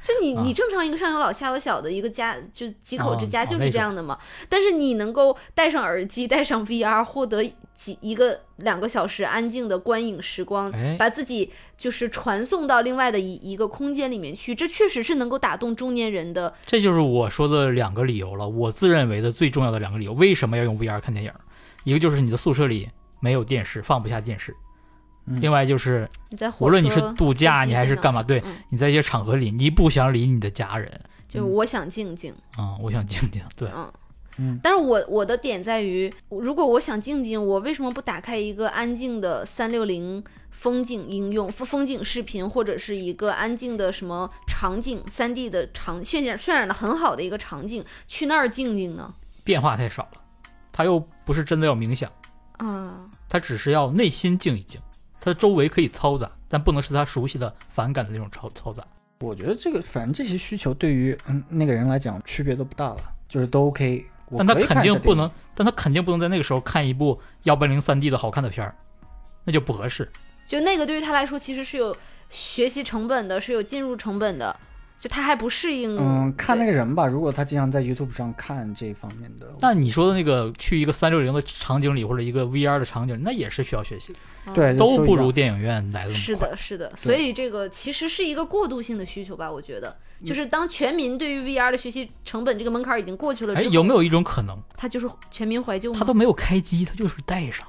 [SPEAKER 3] 就你
[SPEAKER 2] 啊
[SPEAKER 3] 你正常一个上有老下有小的一个家，就几口之
[SPEAKER 2] 啊
[SPEAKER 3] 家就
[SPEAKER 2] 那
[SPEAKER 3] 是这样的嘛。但是你能够戴上耳机，戴上 VR，获得几一个两个小时安静的观影时光
[SPEAKER 2] 哎，
[SPEAKER 3] 把自己就是传送到另外的一一个空间里面去，这确实是能够打动中年人的。
[SPEAKER 2] 这就是我说的两个理由了，我自认为的最重要的两个理由，为什么要用 VR 看电影？一个就是你的宿舍里没有电视，放不下电视；
[SPEAKER 1] 嗯
[SPEAKER 2] 另外就是
[SPEAKER 3] 你在火
[SPEAKER 2] 无论你
[SPEAKER 3] 车
[SPEAKER 2] 是度假，
[SPEAKER 3] 飞机
[SPEAKER 2] 你还是
[SPEAKER 3] 电脑
[SPEAKER 2] 干嘛，对
[SPEAKER 3] 嗯
[SPEAKER 2] 你在一些场合里，你不想理你的家人
[SPEAKER 3] 就是
[SPEAKER 2] 嗯
[SPEAKER 3] 我想静静，
[SPEAKER 2] 啊、我想静静，对，
[SPEAKER 3] 嗯。
[SPEAKER 1] 嗯
[SPEAKER 3] 但是我我的点在于，如果我想静静，我为什么不打开一个安静的三六零风景应用、风风景视频，或者是一个安静的什么场景、三 D 的场渲染渲染的很好的一个场景，去那儿静静呢？
[SPEAKER 2] 变化太少了。他又不是真的要冥想，
[SPEAKER 3] 啊，
[SPEAKER 2] 他只是要内心静一静，他周围可以嘈杂，但不能是他熟悉的、反感的那种嘈嘈杂。
[SPEAKER 1] 我觉得这个反正这些需求对于嗯那个人来讲区别都不大了，就是都 OK 我
[SPEAKER 2] 但他
[SPEAKER 1] 可以看一
[SPEAKER 2] 肯
[SPEAKER 1] 下电
[SPEAKER 2] 定不
[SPEAKER 1] 影
[SPEAKER 2] 能，但他肯定不能在那个时候看一部幺八零三 D 的好看的片儿，那就不合适。
[SPEAKER 3] 就那个对于他来说，其实是有学习成本的，是有进入成本的，就他还不适应。
[SPEAKER 1] 嗯，看那
[SPEAKER 3] 个
[SPEAKER 1] 个人吧。如果他经常在 YouTube 上看这方面的，
[SPEAKER 2] 那你说的那个去一个三六零的场景里，或者一个 VR 的场景，那也是需要学习，
[SPEAKER 3] 嗯
[SPEAKER 1] 对
[SPEAKER 2] 都不如
[SPEAKER 1] 一样
[SPEAKER 2] 电影院来的那
[SPEAKER 3] 是
[SPEAKER 2] 么快。
[SPEAKER 3] 的，是的，所以这个其实是一个过渡性的需求吧，我觉得，就是当全民对于 VR 的学习成本这个门槛已经过去了
[SPEAKER 2] 哎，
[SPEAKER 3] 之后，
[SPEAKER 2] 有没有一种可能，
[SPEAKER 3] 它就是全民怀旧
[SPEAKER 2] 他
[SPEAKER 3] 嘛。
[SPEAKER 2] 都没有开机，他就是带上，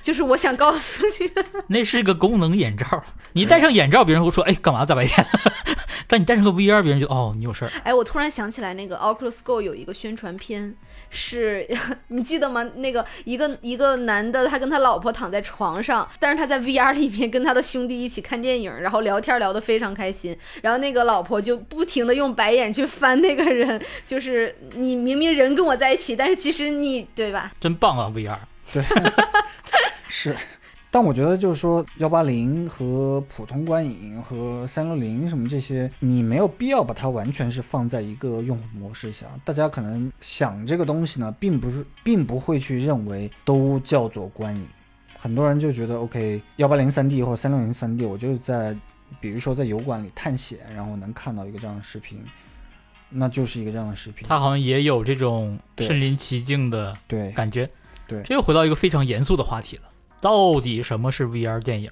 [SPEAKER 3] 就是我想告诉你，
[SPEAKER 2] 那是个功能眼罩。你戴上眼罩，别人会说，哎，干嘛大白天？ 但你戴上个 VR，别人就哦，你有事儿。
[SPEAKER 3] 哎，我突然想起来，那个 Oculus Go 有一个宣传片，是 你记得吗？那个一个一个男的，他跟他老婆躺在床上，但是他在 VR 里面跟他的兄弟一起看电影，然后聊天聊得非常开心，然后那个老婆就不停的用白眼去翻那个人，就是你明明人跟我在一起，但是其实你对吧？
[SPEAKER 2] 真棒啊，VR！
[SPEAKER 1] 是。但我觉得就是说，幺八零和普通观影和三六零什么这些，你没有必要把它完全是放在一个用户模式下。大家可能想这个东西呢，并不是，并不会去认为都叫做观影。很多人就觉得，OK，幺八零三 D 或三六零三 D，我就是在，比如说在油管里探险，然后能看到一个这样的视频，那就是一个这样的视频。
[SPEAKER 2] 他好像也有这种
[SPEAKER 1] 对
[SPEAKER 2] 身临其境的
[SPEAKER 1] 对，
[SPEAKER 2] 感觉。
[SPEAKER 1] 对
[SPEAKER 2] 这又回到一个非常严肃的话题了，到底什么是 VR 电影？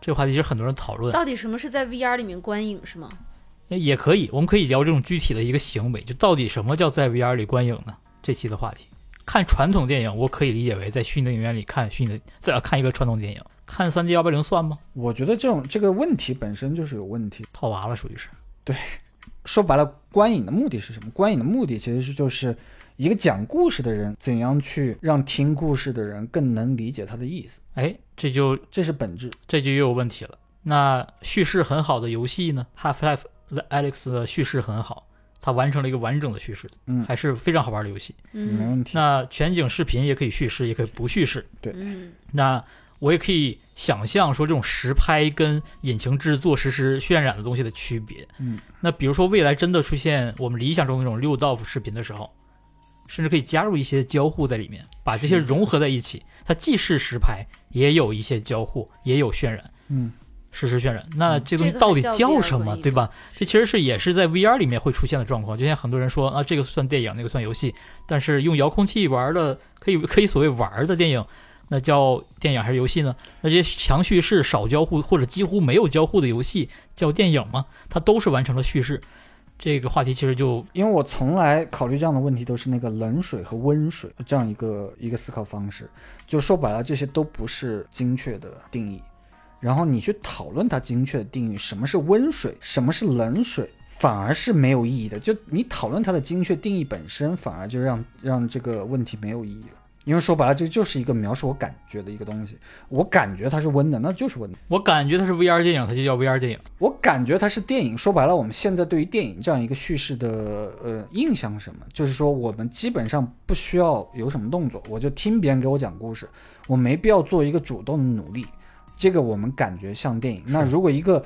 [SPEAKER 2] 这个话题其实很多人讨论。
[SPEAKER 3] 到底什么是在 VR 里面观影是吗？
[SPEAKER 2] 也可以，我们可以聊这种具体的一个行为，就到底什么叫在 VR 里观影呢？这期的话题，看传统电影，我可以理解为在虚拟的影院里看虚拟的，在呃看一个传统电影，看 3D 幺八零算吗？
[SPEAKER 1] 我觉得这种这个问题本身就是有问题。
[SPEAKER 2] 套娃了，属于是。
[SPEAKER 1] 说白了，观影的目的是什么？观影的目的其实是就是一个讲故事的人怎样去让听故事的人更能理解他的意思，
[SPEAKER 2] 哎，这就
[SPEAKER 1] 这是本质。
[SPEAKER 2] 这就又有问题了。那叙事很好的游戏呢？Half-Life Alex 的叙事很好，它完成了一个完整的叙事，
[SPEAKER 1] 嗯
[SPEAKER 2] 还是非常好玩的游戏。
[SPEAKER 1] 没
[SPEAKER 3] 嗯
[SPEAKER 1] 问题。
[SPEAKER 2] 那全景视频也可以叙事，也可以不叙事。
[SPEAKER 3] 嗯，
[SPEAKER 2] 那我也可以想象说这种实拍跟引擎制作实时渲染的东西的区别。
[SPEAKER 1] 嗯，
[SPEAKER 2] 那比如说未来真的出现我们理想中那种六道夫视频的时候，甚至可以加入一些交互在里面，把这些融合在一起。它既是实拍，也有一些交互，也有渲染，
[SPEAKER 1] 嗯，
[SPEAKER 2] 实时渲染。那
[SPEAKER 1] 嗯
[SPEAKER 2] 这东西
[SPEAKER 3] 这个
[SPEAKER 2] 到底
[SPEAKER 3] 还叫
[SPEAKER 2] 叫
[SPEAKER 3] VR
[SPEAKER 2] 什么，
[SPEAKER 3] 文艺
[SPEAKER 2] 对吧？这其实是也是在 VR 里面会出现的状况。就像很多人说啊，这个算电影，那个算游戏，但是用遥控器玩的，可以可以所谓玩的电影，那叫电影还是游戏呢？那这些强叙事、少交互或者几乎没有交互的游戏叫电影吗？它都是完成了叙事。这个话题其实就
[SPEAKER 1] 因为我从来考虑这样的问题都是那个冷水和温水这样一个一个思考方式，就说白了，这些都不是精确的定义。然后你去讨论它精确的定义，什么是温水，什么是冷水，反而是没有意义的。就你讨论它的精确定义本身，反而就让让这个问题没有意义了。因为说白了，这就是一个描述我感觉的一个东西。我感觉它是温的，那就是温的。
[SPEAKER 2] 我感觉它是 VR 电影，它就叫 VR 电影。
[SPEAKER 1] 我感觉它是电影。说白了，我们现在对于电影这样一个叙事的呃印象是什么？就是说，我们基本上不需要有什么动作，我就听别人给我讲故事，我没必要做一个主动的努力。这个我们感觉像电影。那如果一个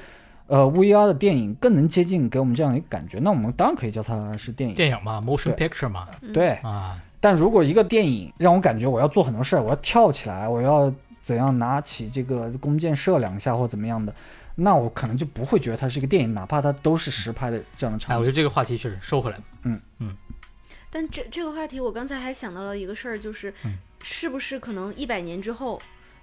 [SPEAKER 1] 呃 VR 的电影更能接近给我们这样一个感觉，那我们当然可以叫它是电影。
[SPEAKER 2] 电影嘛，motion
[SPEAKER 1] 对
[SPEAKER 2] picture 嘛，
[SPEAKER 1] 对，
[SPEAKER 2] 啊，
[SPEAKER 1] 但如果一个电影让我感觉我要做很多事儿，我要跳起来，我要怎样拿起这个弓箭射两下或怎么样的，那我可能就不会觉得它是一个电影，哪怕它都是实拍的这样的
[SPEAKER 2] 哎，
[SPEAKER 1] 场景。
[SPEAKER 2] 我觉得这个话题确实收回来了。
[SPEAKER 3] 但这这个话题，我刚才还想到了一个事儿，就是、
[SPEAKER 2] 嗯
[SPEAKER 3] 是不是可能一百年之后，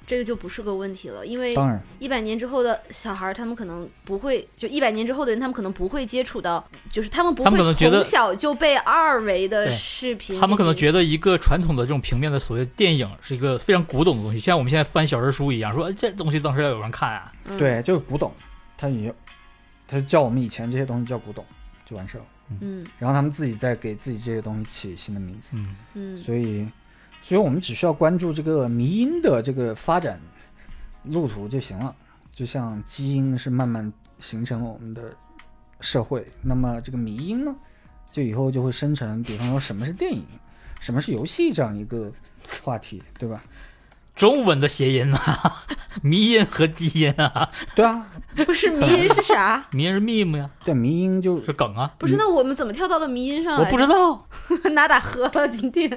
[SPEAKER 3] 这个就不是个问题了，因为
[SPEAKER 1] 当然，
[SPEAKER 3] 一百年之后的小孩儿，他们可能不会，就一百年之后的人，他们可能不会接触到，就是他们不
[SPEAKER 2] 他们可
[SPEAKER 3] 会
[SPEAKER 2] 能觉得
[SPEAKER 3] 从小就被二维的
[SPEAKER 2] 对
[SPEAKER 3] 视频，
[SPEAKER 2] 他们可能觉得一个传统的这种平面的所谓电影是一个非常古董的东西，像我们现在翻小人书一样，说哎这东西当时要有人看啊。
[SPEAKER 3] 得、嗯、，
[SPEAKER 1] 对，就是古董，它也，它叫我们以前这些东西叫古董，就完事儿了。
[SPEAKER 3] 嗯
[SPEAKER 1] 然后他们自己再给自己这些东西起新的名字，
[SPEAKER 2] 嗯，
[SPEAKER 3] 嗯，
[SPEAKER 1] 所以，所以我们只需要关注这个迷因的这个发展路途就行了。就像基因是慢慢形成我们的社会，那么这个迷因呢，就以后就会生成，比方说什么是电影，什么是游戏这样一个话题，对吧？
[SPEAKER 2] 中文的谐音啊， 迷音和基因啊，
[SPEAKER 1] 对啊，
[SPEAKER 3] 不 是迷音是啥？
[SPEAKER 2] 迷音是 meme 呀、
[SPEAKER 1] 对迷因就是
[SPEAKER 2] 梗啊。
[SPEAKER 3] 不是，那我们怎么跳到了迷音上
[SPEAKER 2] 我
[SPEAKER 3] 来？
[SPEAKER 2] 不知道，
[SPEAKER 3] 哪打喝了今天？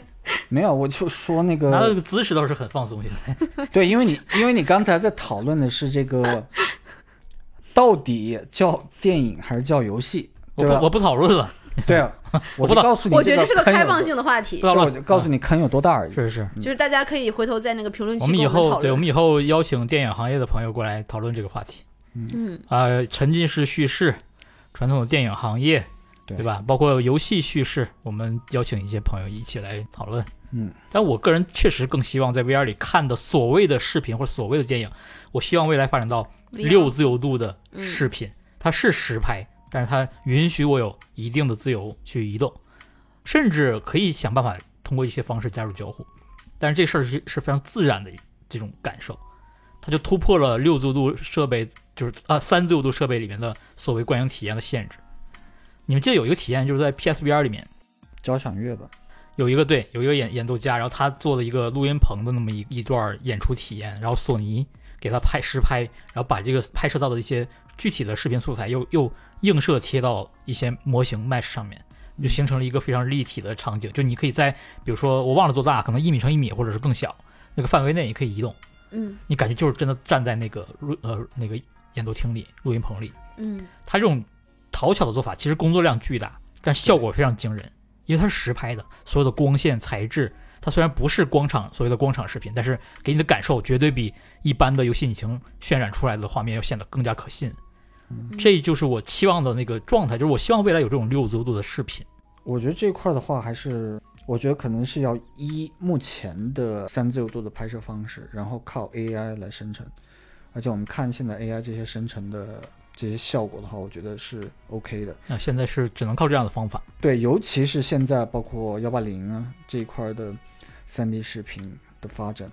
[SPEAKER 1] 没有，我就说那
[SPEAKER 2] 拿到这
[SPEAKER 1] 个
[SPEAKER 2] 个姿势倒是很放松。现在
[SPEAKER 1] 对，因为你因为你刚才在讨论的是这个到底叫电影还是叫游戏，
[SPEAKER 2] 我
[SPEAKER 1] 对啊
[SPEAKER 2] 不
[SPEAKER 1] 吧？
[SPEAKER 2] 我不讨论了，
[SPEAKER 1] 对啊，我就
[SPEAKER 2] 不知道
[SPEAKER 1] 告诉你，
[SPEAKER 3] 我觉得这是个
[SPEAKER 1] 坑有
[SPEAKER 3] 开放
[SPEAKER 1] 多
[SPEAKER 3] 性的话题
[SPEAKER 2] 不，讨
[SPEAKER 1] 对，啊我
[SPEAKER 2] 论
[SPEAKER 1] 就告诉
[SPEAKER 2] 你，
[SPEAKER 1] 你坑有多大而已。
[SPEAKER 2] 是是。
[SPEAKER 3] 就是大家可以回头在那个评论区
[SPEAKER 2] 我
[SPEAKER 3] 跟
[SPEAKER 2] 们以
[SPEAKER 3] 讨
[SPEAKER 2] 后
[SPEAKER 3] 论。
[SPEAKER 2] 对，我们以后邀请电影行业的朋友过来讨论这个话题。
[SPEAKER 3] 嗯
[SPEAKER 2] 呃，沉浸式叙事，传统的电影行业，
[SPEAKER 1] 对
[SPEAKER 2] 对吧？包括游戏叙事，我们邀请一些朋友一起来讨论。
[SPEAKER 1] 嗯，
[SPEAKER 2] 但我个人确实更希望在 VR 里看的所谓的视频或者所谓的电影，我希望未来发展到
[SPEAKER 3] VR
[SPEAKER 2] 六自由度的
[SPEAKER 3] 嗯
[SPEAKER 2] 视频，它是实拍，但是它允许我有一定的自由去移动，甚至可以想办法通过一些方式加入交互。但是这事儿是是非常自然的这种感受，它就突破了六自由度设备，就是啊三自由度设备里面的所谓观影体验的限制。你们记得有一个体验，就是在 PSVR 里面
[SPEAKER 1] 交响乐吧，
[SPEAKER 2] 有一个对有一个演演奏家，然后他做了一个录音棚的那么一一段演出体验，然后索尼给他拍实拍，然后把这个拍摄到的一些具体的视频素材又又映射贴到一些模型 Mesh 上面，就形成了一个非常立体的场景。就你可以在比如说我忘了多大，可能一米乘一米或者是更小那个范围内，你可以移动，
[SPEAKER 3] 嗯
[SPEAKER 2] 你感觉就是真的站在那个录呃那个演奏厅里录音棚里，
[SPEAKER 3] 嗯
[SPEAKER 2] 他这种讨巧的做法，其实工作量巨大，但效果非常惊人，因为它是实拍的，所有的光线材质，它虽然不是光场所谓的光场视频，但是给你的感受绝对比一般的游戏引擎渲染出来的画面要显得更加可信。
[SPEAKER 1] 嗯
[SPEAKER 2] 这就是我期望的那个状态，就是我希望未来有这种六自由度的视频。
[SPEAKER 1] 我觉得这块的话还是，我觉得可能是要依目前的三自由度的拍摄方式，然后靠 AI 来生成。而且我们看现在 AI 这些生成的这些效果的话，我觉得是 OK 的。
[SPEAKER 2] 那现在是只能靠这样的方法。
[SPEAKER 1] 对，尤其是现在包括幺八零啊这一块的 3D 视频的发展，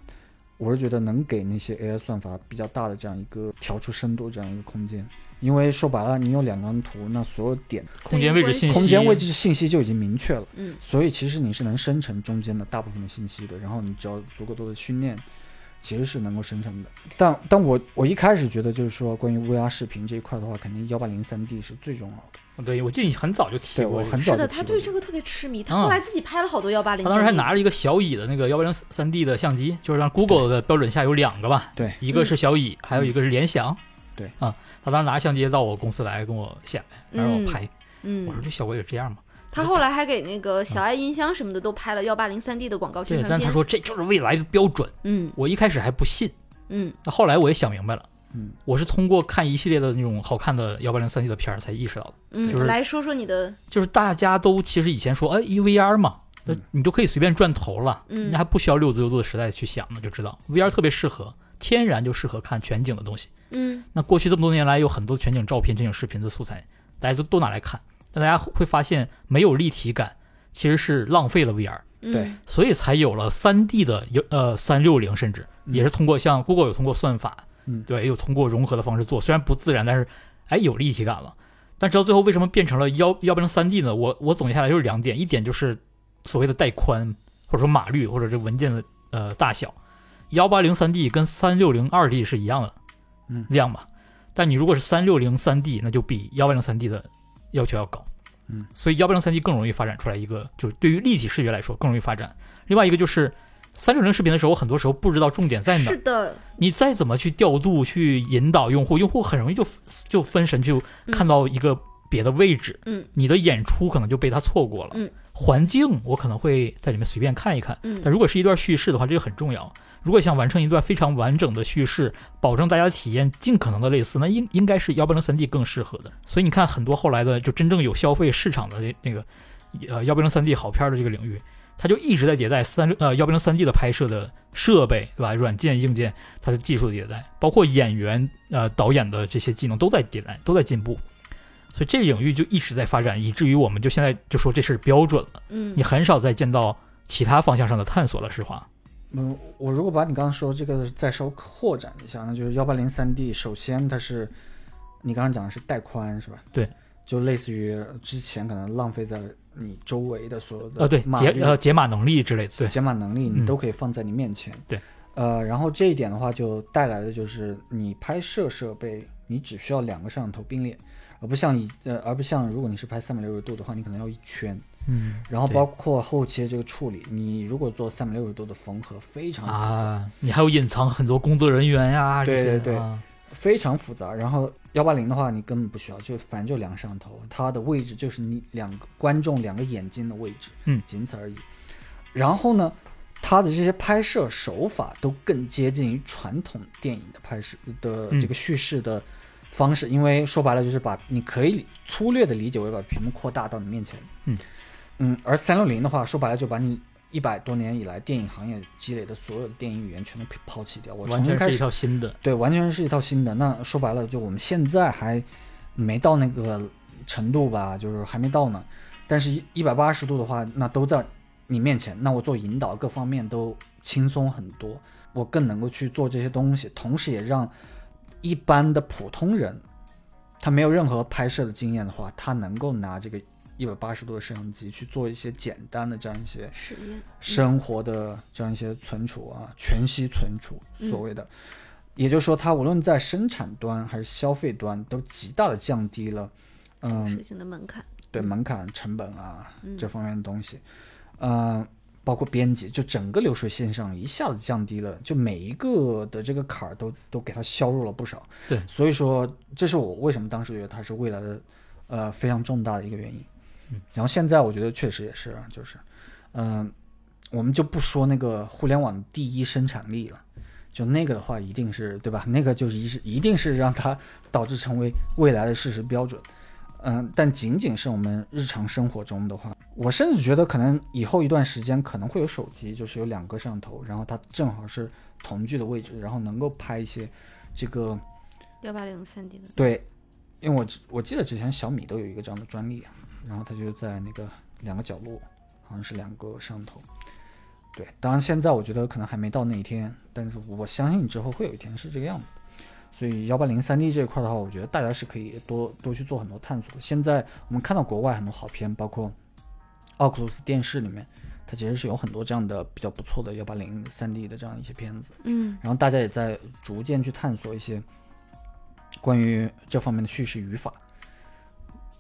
[SPEAKER 1] 我是觉得能给那些 AI 算法比较大的这样一个调出深度这样一个空间。因为说白了，你有两张图，那所有点
[SPEAKER 2] 空间位置信息，
[SPEAKER 1] 空间位置信息就已经明确了，
[SPEAKER 3] 嗯
[SPEAKER 1] 所以其实你是能生成中间的大部分的信息的，然后你只要足够多的训练，其实是能够生成的。但但我我一开始觉得就是说，关于 VR 视频这一块的话，肯定幺八零三 D 是最重要的。
[SPEAKER 2] 对我记得你很早就提
[SPEAKER 1] 对
[SPEAKER 2] 过
[SPEAKER 1] 我
[SPEAKER 2] 这个
[SPEAKER 1] 很早
[SPEAKER 3] 是
[SPEAKER 1] 就
[SPEAKER 3] 的，
[SPEAKER 1] 提
[SPEAKER 3] 他
[SPEAKER 1] 过
[SPEAKER 3] 对
[SPEAKER 1] 这
[SPEAKER 3] 这
[SPEAKER 1] 个
[SPEAKER 3] 个特别痴迷，他
[SPEAKER 2] 嗯
[SPEAKER 3] 后来自己拍了好多幺八零。
[SPEAKER 2] 他当时还拿了一个小蚁的那个幺八零三 D 的相机，就是让 Google 的标准下有两个吧，
[SPEAKER 1] 对，嗯
[SPEAKER 2] 一个是小蚁，还有一个是联想，
[SPEAKER 1] 对
[SPEAKER 2] 啊，他当时拿相机到我公司来跟我下，然后让我拍，我说
[SPEAKER 3] 嗯，
[SPEAKER 2] 这效果也这样嘛，
[SPEAKER 3] 他后来还给那个小爱音箱什么的都拍了幺八零三 D 的广告宣
[SPEAKER 2] 对，
[SPEAKER 3] 传
[SPEAKER 2] 但是他
[SPEAKER 3] 片。
[SPEAKER 2] 说这就是未来的标准，
[SPEAKER 3] 嗯
[SPEAKER 2] 我一开始还不信，
[SPEAKER 3] 嗯
[SPEAKER 2] 那后来我也想明白了，
[SPEAKER 1] 嗯，
[SPEAKER 2] 我是通过看一系列的那种好看的幺八零三 D 的片儿才意识到的，
[SPEAKER 3] 嗯，
[SPEAKER 2] 就是
[SPEAKER 3] 来说说你的，
[SPEAKER 2] 就是大家都其实以前说哎 EVR 嘛，那
[SPEAKER 1] 嗯
[SPEAKER 2] 你就可以随便转头了，
[SPEAKER 3] 嗯
[SPEAKER 2] 你还不需要六自由度的时代去想呢，就知道 VR 特别适合，天然就适合看全景的东西，
[SPEAKER 3] 嗯
[SPEAKER 2] 那过去这么多年来，有很多全景照片、全景视频的素材，大家都都拿来看，但大家会发现没有立体感，其实是浪费了 VR，
[SPEAKER 3] 嗯
[SPEAKER 1] 对
[SPEAKER 2] 所以才有了3 D 的有呃三六零，甚至
[SPEAKER 1] 嗯
[SPEAKER 2] 也是通过像 Google 有通过算法，
[SPEAKER 1] 嗯
[SPEAKER 2] 对，也有通过融合的方式做，虽然不自然，但是哎有立体感了。但直到最后为什么变成了幺幺八零三 D 呢？我我总结下来就是两点，一点就是所谓的带宽，或者说码率，或者这文件的呃大小，幺八零三 D 跟三六零二 D 是一样的，
[SPEAKER 1] 嗯
[SPEAKER 2] 量嘛。但你如果是三六零三 D，那就比幺八零三 D 的要求要高，
[SPEAKER 1] 嗯，
[SPEAKER 2] 所以幺八零三 D 更容易发展出来一个，就是对于立体视觉来说更容易发展。另外一个就是三六零视频的时候，我很多时候不知道重点在哪儿
[SPEAKER 3] 是，的，
[SPEAKER 2] 你再怎么去调度、去引导用户，用户很容易就就分神去看到一个别的位置，
[SPEAKER 3] 嗯，
[SPEAKER 2] 你的演出可能就被他错过了，
[SPEAKER 3] 嗯，
[SPEAKER 2] 环境我可能会在里面随便看一看，
[SPEAKER 3] 嗯
[SPEAKER 2] 但如果是一段叙事的话，这个很重要。如果想完成一段非常完整的叙事，保证大家的体验尽可能的类似，那应应该是幺八零三 D 更适合的。所以你看，很多后来的就真正有消费市场的这那个，呃，幺八零三 D 好片儿的这个领域，它就一直在迭代三呃幺八零三 D 的拍摄的设备，对吧？软件、硬件，它的技术的迭代，包括演员、呃导演的这些技能都在迭代，都在进步。所以这个领域就一直在发展，以至于我们就现在就说这是标准了，
[SPEAKER 3] 嗯
[SPEAKER 2] 你很少再见到其他方向上的探索了。实话，
[SPEAKER 1] 嗯，我如果把你刚刚说这个再稍扩展一下，那就是幺八零三 D，首先它是你刚刚讲的是带宽是吧？
[SPEAKER 2] 对，
[SPEAKER 1] 就类似于之前可能浪费在你周围的所有的
[SPEAKER 2] 呃，对
[SPEAKER 1] 码
[SPEAKER 2] 解
[SPEAKER 1] 率
[SPEAKER 2] 呃解码能力之类的，对，
[SPEAKER 1] 解码能力
[SPEAKER 2] 嗯
[SPEAKER 1] 你都可以放在你面前。
[SPEAKER 2] 对，
[SPEAKER 1] 呃，然后这一点的话，就带来的就是你拍摄设备，你只需要两个摄像头并列，而不像以呃，而不像如果你是拍三百六十度的话，你可能要一圈。
[SPEAKER 2] 嗯
[SPEAKER 1] 然后
[SPEAKER 2] 对
[SPEAKER 1] 包括后期的这个处理，你如果做三百六十度的缝合，非常复杂
[SPEAKER 2] 啊，你还有隐藏很多工作人员呀、这
[SPEAKER 1] 对
[SPEAKER 2] 些
[SPEAKER 1] 对对
[SPEAKER 2] 啊
[SPEAKER 1] 非常复杂。然后幺八零的话，你根本不需要，就反正就两个摄像头，它的位置就是你两个观众两个眼睛的位置，
[SPEAKER 2] 嗯
[SPEAKER 1] 仅此而已。然后呢，它的这些拍摄手法都更接近于传统电影的拍摄的
[SPEAKER 2] 嗯
[SPEAKER 1] 这个叙事的方式，因为说白了就是把你可以粗略的理解为把屏幕扩大到你面前，
[SPEAKER 2] 嗯
[SPEAKER 1] 嗯，而三六零的话，说白了就把你。一百多年以来，电影行业积累的所有的电影语言全都抛弃掉，我重
[SPEAKER 2] 完
[SPEAKER 1] 新
[SPEAKER 2] 全
[SPEAKER 1] 开
[SPEAKER 2] 是
[SPEAKER 1] 始
[SPEAKER 2] 一套新的，
[SPEAKER 1] 对，完全是一套新的。那说白了，就我们现在还没到那个程度吧，就是还没到呢。但是，一百八十度的话，那都在你面前，那我做引导各方面都轻松很多，我更能够去做这些东西，同时也让一般的普通人，他没有任何拍摄的经验的话，他能够拿这个一百八十度的摄像机去做一些简单的这样一些
[SPEAKER 3] 实验，
[SPEAKER 1] 生活的这样一些存储啊，全息存储
[SPEAKER 3] 嗯
[SPEAKER 1] 所谓的，也就是说，它无论在生产端还是消费端，都极大的降低了，嗯，
[SPEAKER 3] 事情的门槛，
[SPEAKER 1] 对门槛、成本啊
[SPEAKER 3] 嗯
[SPEAKER 1] 这方面的东西，嗯、包括编辑，就整个流水线上一下子降低了，就每一个的这个坎儿都都给它削弱了不少。
[SPEAKER 2] 对
[SPEAKER 1] 所以说这是我为什么当时觉得它是未来的，呃，非常重大的一个原因。
[SPEAKER 2] 嗯，
[SPEAKER 1] 然后现在我觉得确实也是啊，就是，嗯、我们就不说那个互联网第一生产力了。就那个的话，一定是对吧？那个就是一是一定是让它导致成为未来的事实标准。嗯，但仅仅是我们日常生活中的话，我甚至觉得可能以后一段时间可能会有手机，就是有两个摄像头，然后它正好是同距的位置，然后能够拍一些这个
[SPEAKER 3] 幺八零三 D 的，
[SPEAKER 1] 对，因为我之我记得之前小米都有一个这样的专利，啊然后它就在那个两个角落，好像是两个摄像头。对，当然现在我觉得可能还没到那一天，但是我相信之后会有一天是这个样子。所以幺八零三 D 这一块的话，我觉得大家是可以多多去做很多探索的。现在我们看到国外很多好片，包括奥克鲁斯电视里面，它其实是有很多这样的比较不错的幺八零三 D 的这样一些片子。
[SPEAKER 3] 嗯
[SPEAKER 1] 然后大家也在逐渐去探索一些关于这方面的叙事语法。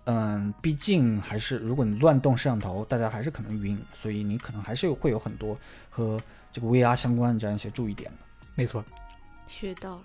[SPEAKER 1] 嗯，毕竟还是如果你乱动摄像头，大家还是可能晕，所以你可能还是有会有很多和这个 VR 相关的这样一些注意点的。
[SPEAKER 2] 没错，
[SPEAKER 3] 学到了。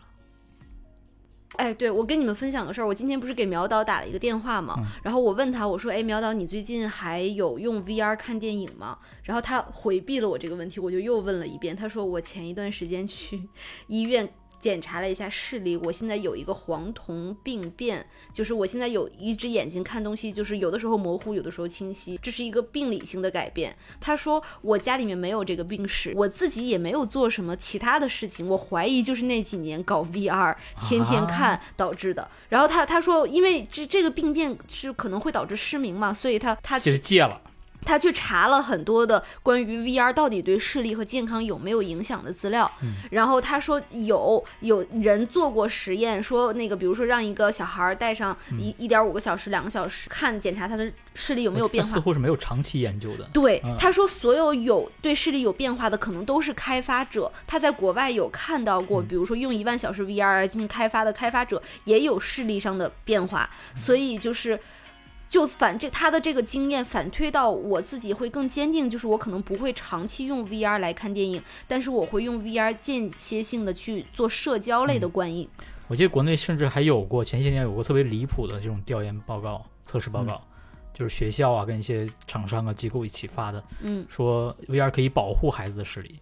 [SPEAKER 3] 哎，对，我跟你们分享个事儿，我今天不是给苗导打了一个电话嘛，
[SPEAKER 2] 嗯
[SPEAKER 3] 然后我问他，我说，哎，苗导，你最近还有用 VR 看电影吗？然后 他回避了我这个问题，我就又问了一遍，他说我前一段时间去医院检查了一下视力，我现在有一个黄瞳病变，就是我现在有一只眼睛看东西，就是有的时候模糊，有的时候清晰，这是一个病理性的改变。他说我家里面没有这个病史，我自己也没有做什么其他的事情，我怀疑就是那几年搞 VR 天天看导致的。然后他他说，因为这这个病变是可能会导致失明嘛，所以他他
[SPEAKER 2] 其实戒了。
[SPEAKER 3] 他去查了很多的关于 VR 到底对视力和健康有没有影响的资料，然后他说有有人做过实验，说那个比如说让一个小孩儿戴上一一点五个小时、两个小时看检查他的视力有没有变
[SPEAKER 2] 呃似
[SPEAKER 3] 化。
[SPEAKER 2] 乎是没有长期研究的。
[SPEAKER 3] 对
[SPEAKER 2] 嗯，
[SPEAKER 3] 他说所有有对视力有变化的，可能都是开发者。他在国外有看到过，比如说用一万小时 VR 来进行开发的开发者，也有视力上的变化。所以就是，就反这他的这个经验反推到我自己会更坚定，就是我可能不会长期用 VR 来看电影，但是我会用 VR 间歇性的去做社交类的观影。
[SPEAKER 2] 我记得国内甚至还有过前些年有过特别离谱的这种调研报告、测试报告，就是学校啊跟一些厂商啊机构一起发的，
[SPEAKER 3] 嗯，
[SPEAKER 2] 说 VR 可以保护孩子的视力。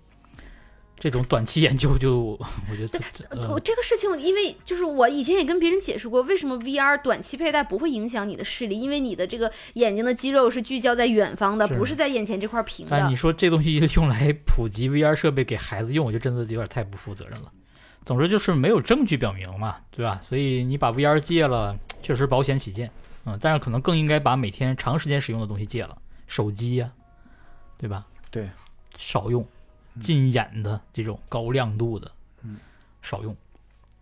[SPEAKER 2] 这种短期研究就， 我觉得这这
[SPEAKER 3] 我
[SPEAKER 2] 呃
[SPEAKER 3] 这个事情，因为就是我以前也跟别人解释过，为什么 VR 短期佩戴不会影响你的视力，因为你的这个眼睛的肌肉是聚焦在远方的，
[SPEAKER 2] 是
[SPEAKER 3] 不是在眼前这块屏
[SPEAKER 2] 但
[SPEAKER 3] 的
[SPEAKER 2] 你。说这东西 用来普及 VR 设备给孩子用，我就真的有点太不负责任了。总之就是没有证据表明嘛，对吧？所以你把 VR 戒了，确实保险起见，嗯，但是可能更应该把每天长时间使用的东西戒了，手机呀、对吧？
[SPEAKER 1] 对，
[SPEAKER 2] 少用，近眼的这种高亮度的，
[SPEAKER 1] 嗯，
[SPEAKER 2] 少用，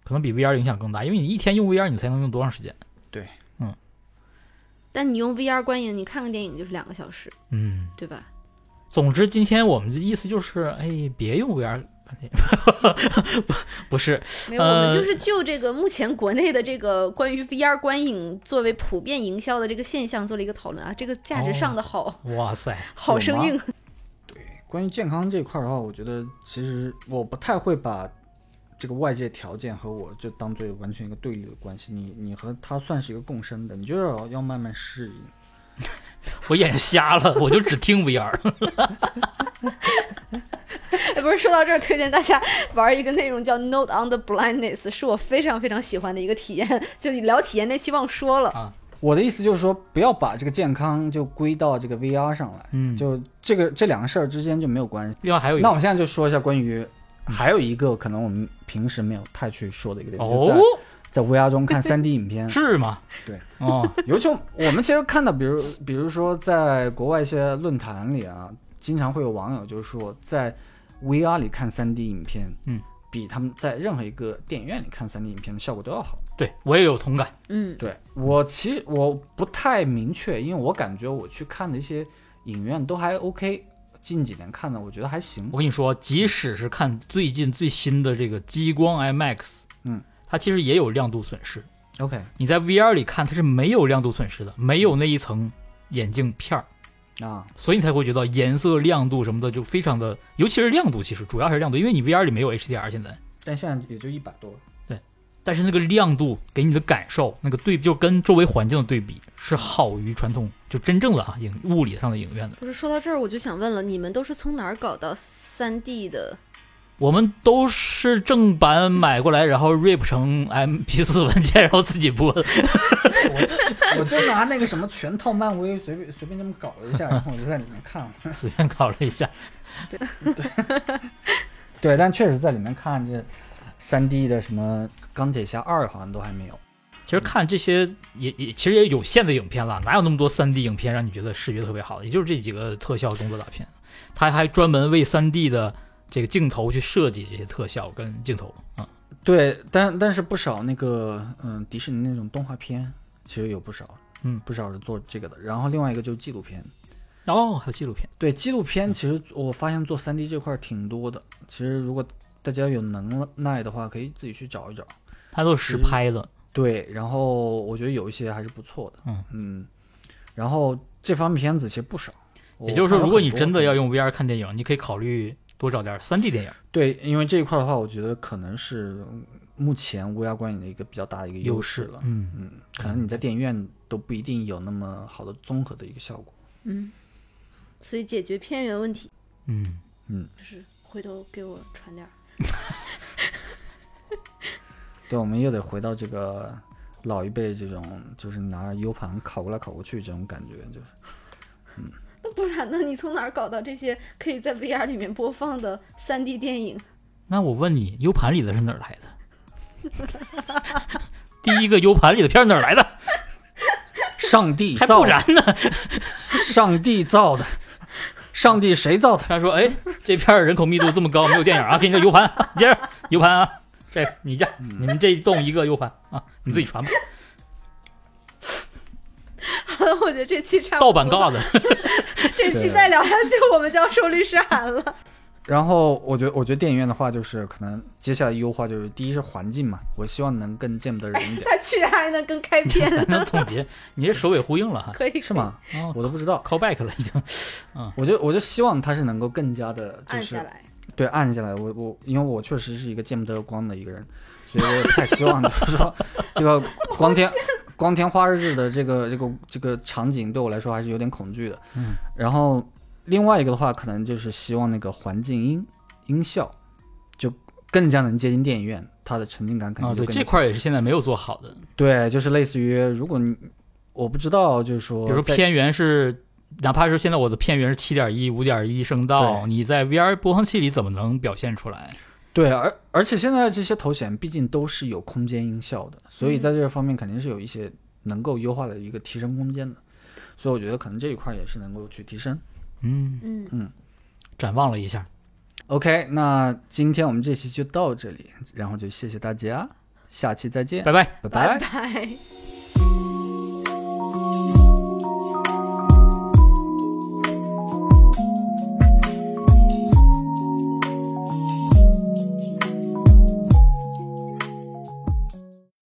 [SPEAKER 2] 可能比 VR 影响更大，因为你一天用 VR 你才能用多长时间？
[SPEAKER 3] 但你用 VR 观影，你看个电影就是两个小时，
[SPEAKER 2] 嗯。
[SPEAKER 3] 对吧？
[SPEAKER 2] 总之，今天我们的意思就是，哎，别用 VR，不是，
[SPEAKER 3] 没有，我们
[SPEAKER 2] 呃
[SPEAKER 3] 就是就这个目前国内的这个关于 VR 观影作为普遍营销的这个现象做了一个讨论啊，这个价值上的好、
[SPEAKER 2] 哇塞，
[SPEAKER 3] 好生硬。
[SPEAKER 1] 关于健康这块儿的话，我觉得其实我不太会把这个外界条件和我就当做完全一个对立的关系。你你和它算是一个共生的，你就是要要慢慢适应。
[SPEAKER 2] 我眼瞎了，我就只听 VR，
[SPEAKER 3] 哎，不是，说到这儿，推荐大家玩一个内容叫 Note on the Blindness，是我非常非常喜欢的一个体验。就你聊体验那期忘说了，
[SPEAKER 1] 我的意思就是说，不要把这个健康就归到这个 VR 上来，
[SPEAKER 2] 嗯，
[SPEAKER 1] 就这个这两个事儿之间就没有关系。
[SPEAKER 2] 另外还有一
[SPEAKER 1] 那
[SPEAKER 2] 个
[SPEAKER 1] 我们现在就说一下关于还有一个可能我们平时没有太去说的一个点，就
[SPEAKER 2] 哦
[SPEAKER 1] 在，在 VR 中看 3D 影片，
[SPEAKER 2] 是吗？
[SPEAKER 1] 对，
[SPEAKER 2] 哦，
[SPEAKER 1] 尤其我们其实看到，比如比如说在国外一些论坛里啊，经常会有网友就说，在 VR 里看 3D 影片，
[SPEAKER 2] 嗯，
[SPEAKER 1] 比他们在任何一个电影院里看 3D 影片的效果都要好。
[SPEAKER 2] 对我也有同感，
[SPEAKER 3] 嗯，
[SPEAKER 1] 对我其实我不太明确，因为我感觉我去看的一些影院都还 OK，近几年看的我觉得还行
[SPEAKER 2] 我。跟你说，即使是看最近最新的这个激光 IMAX，
[SPEAKER 1] 嗯，
[SPEAKER 2] 它其实也有亮度损失，
[SPEAKER 1] OK
[SPEAKER 2] 你在 VR 里看它是没有亮度损失的，没有那一层眼镜片儿。
[SPEAKER 1] 啊，
[SPEAKER 2] 所以你才会觉得颜色亮度什么的就非常的，尤其是亮度，其实主要还是亮度，因为你 VR 里没有 HDR 现在，
[SPEAKER 1] 但现在也就一百 多。
[SPEAKER 2] 但是那个亮度给你的感受，那个对比就跟周围环境的对比是好于传统就真正的啊影物理上的影院的。
[SPEAKER 3] 不是说到这儿，我就想问了，你们都是从哪儿搞到三 D 的？
[SPEAKER 2] 我们都是正版买过来，然后 rip 成 MP4 文件，然后自己播。
[SPEAKER 1] 我就拿那个什么全套漫威随便随便这么搞了一 下，然后我就在里面看了。
[SPEAKER 2] 随便搞了一下，
[SPEAKER 1] 对，但确实在里面看这三 D 的什么钢铁侠二好像都还没有。
[SPEAKER 2] 其实看这些也也其实也有限的影片了，哪有那么多 3D 影片让啊你觉得视觉特别好的？也就是这几个特效动作大片，他还专门为 3D 的这个镜头去设计这些特效跟镜头啊、
[SPEAKER 1] 对，但但是不少那个嗯迪士尼那种动画片，其实有不少，
[SPEAKER 2] 嗯
[SPEAKER 1] 不少是做这个的。然后另外一个就是纪录片，
[SPEAKER 2] 然后还有纪录片，
[SPEAKER 1] 对纪录片，其实我发现做三 D 这块儿挺多的。其实如果大家有能耐的话，可以自己去找一找。
[SPEAKER 2] 它都是实拍的，
[SPEAKER 1] 对，然后我觉得有一些还是不错的，
[SPEAKER 2] 嗯
[SPEAKER 1] 然后这方面片子其实不少。
[SPEAKER 2] 也就是说，
[SPEAKER 1] 我看了
[SPEAKER 2] 如果
[SPEAKER 1] 很
[SPEAKER 2] 你
[SPEAKER 1] 多
[SPEAKER 2] 真的
[SPEAKER 1] 很
[SPEAKER 2] 要
[SPEAKER 1] 多
[SPEAKER 2] 用 VR 看电影，你可以考虑多找点 3D 电影，
[SPEAKER 1] 对，因为这一块的话，我觉得可能是目前乌鸦观影的一个比较大的一个优势了。
[SPEAKER 2] 嗯，
[SPEAKER 1] 嗯，可能你在电影院都不一定有那么好的综合的一个效果。
[SPEAKER 3] 嗯，所以解决片源问题，
[SPEAKER 2] 嗯，
[SPEAKER 3] 就是回头给我传点儿。
[SPEAKER 1] 对，我们又得回到这个老一辈这种，就是拿 U 盘拷过来拷过去这种感觉，就是
[SPEAKER 3] 那不然呢？你从哪儿搞到这些可以在 VR 里面播放的 3D 电影？
[SPEAKER 2] 那我问你，U 盘里的是哪儿来的？ 第一个 U 盘里的片儿哪儿来的？
[SPEAKER 1] 上帝
[SPEAKER 2] 还不
[SPEAKER 1] 造
[SPEAKER 2] 然
[SPEAKER 1] 的，
[SPEAKER 2] 呢？
[SPEAKER 1] 上帝造的，上帝谁造的？
[SPEAKER 2] 他说：“哎，这片儿人口密度这么高，没有电影啊，给你个 U 盘，接着 U 盘啊，这个你这
[SPEAKER 1] 嗯
[SPEAKER 2] 你们这一栋一个 U 盘啊，你自己传吧，
[SPEAKER 3] 好了，我觉得这期差不多
[SPEAKER 2] 盗
[SPEAKER 3] 了
[SPEAKER 2] 版告的。
[SPEAKER 3] 这期再聊下去，我们就要收律师函了。
[SPEAKER 1] 然后我觉得，我觉得电影院的话，就是可能接下来优化就是第一是环境嘛，我希望能更见不得人 一点，
[SPEAKER 3] 他居然还能跟开 篇，
[SPEAKER 2] 还能总结，你这首尾呼应了哈。
[SPEAKER 3] 可以
[SPEAKER 1] 是？吗？
[SPEAKER 2] 哦
[SPEAKER 1] 我都不知道，
[SPEAKER 2] ，call back 了已经。
[SPEAKER 1] 我就我就希望它是能够更加的，就
[SPEAKER 3] 按
[SPEAKER 1] 是
[SPEAKER 3] 下来，
[SPEAKER 1] 对按下来。我我因为我确实是一个见不得光的一个人，所以我也不太希望就是说这个光 天光天化日的这个这个这个场景对我来说还是有点恐惧的。
[SPEAKER 2] 嗯，
[SPEAKER 1] 然后另外一个的话，可能就是希望那个环境音音效就更加能接近电影院，它的沉浸感肯
[SPEAKER 2] 啊，
[SPEAKER 1] 定就
[SPEAKER 2] 对，
[SPEAKER 1] 更
[SPEAKER 2] 这
[SPEAKER 1] 强。
[SPEAKER 2] 块儿也是现在没有做好的。
[SPEAKER 1] 对，就是类似于，如果你我不知道，就是说
[SPEAKER 2] 比
[SPEAKER 1] 在，
[SPEAKER 2] 如说片源是，哪怕是现在我的片源是七点一、五点一声道，
[SPEAKER 1] 对
[SPEAKER 2] 你在 VR 播放器里怎么能表现出来？
[SPEAKER 1] 对，而而且现在这些头显毕竟都是有空间音效的，所
[SPEAKER 2] 嗯
[SPEAKER 1] 以在这方面肯定是有一些能够优化的一个提升空间的，所以我觉得可能这一块也是能够去提升。
[SPEAKER 2] 嗯，
[SPEAKER 3] 嗯，
[SPEAKER 2] 展望了一下，
[SPEAKER 1] OK，那今天我们这期就到这里，然后就谢谢大家，下期再见，
[SPEAKER 2] 拜拜。
[SPEAKER 1] 拜
[SPEAKER 3] 拜拜。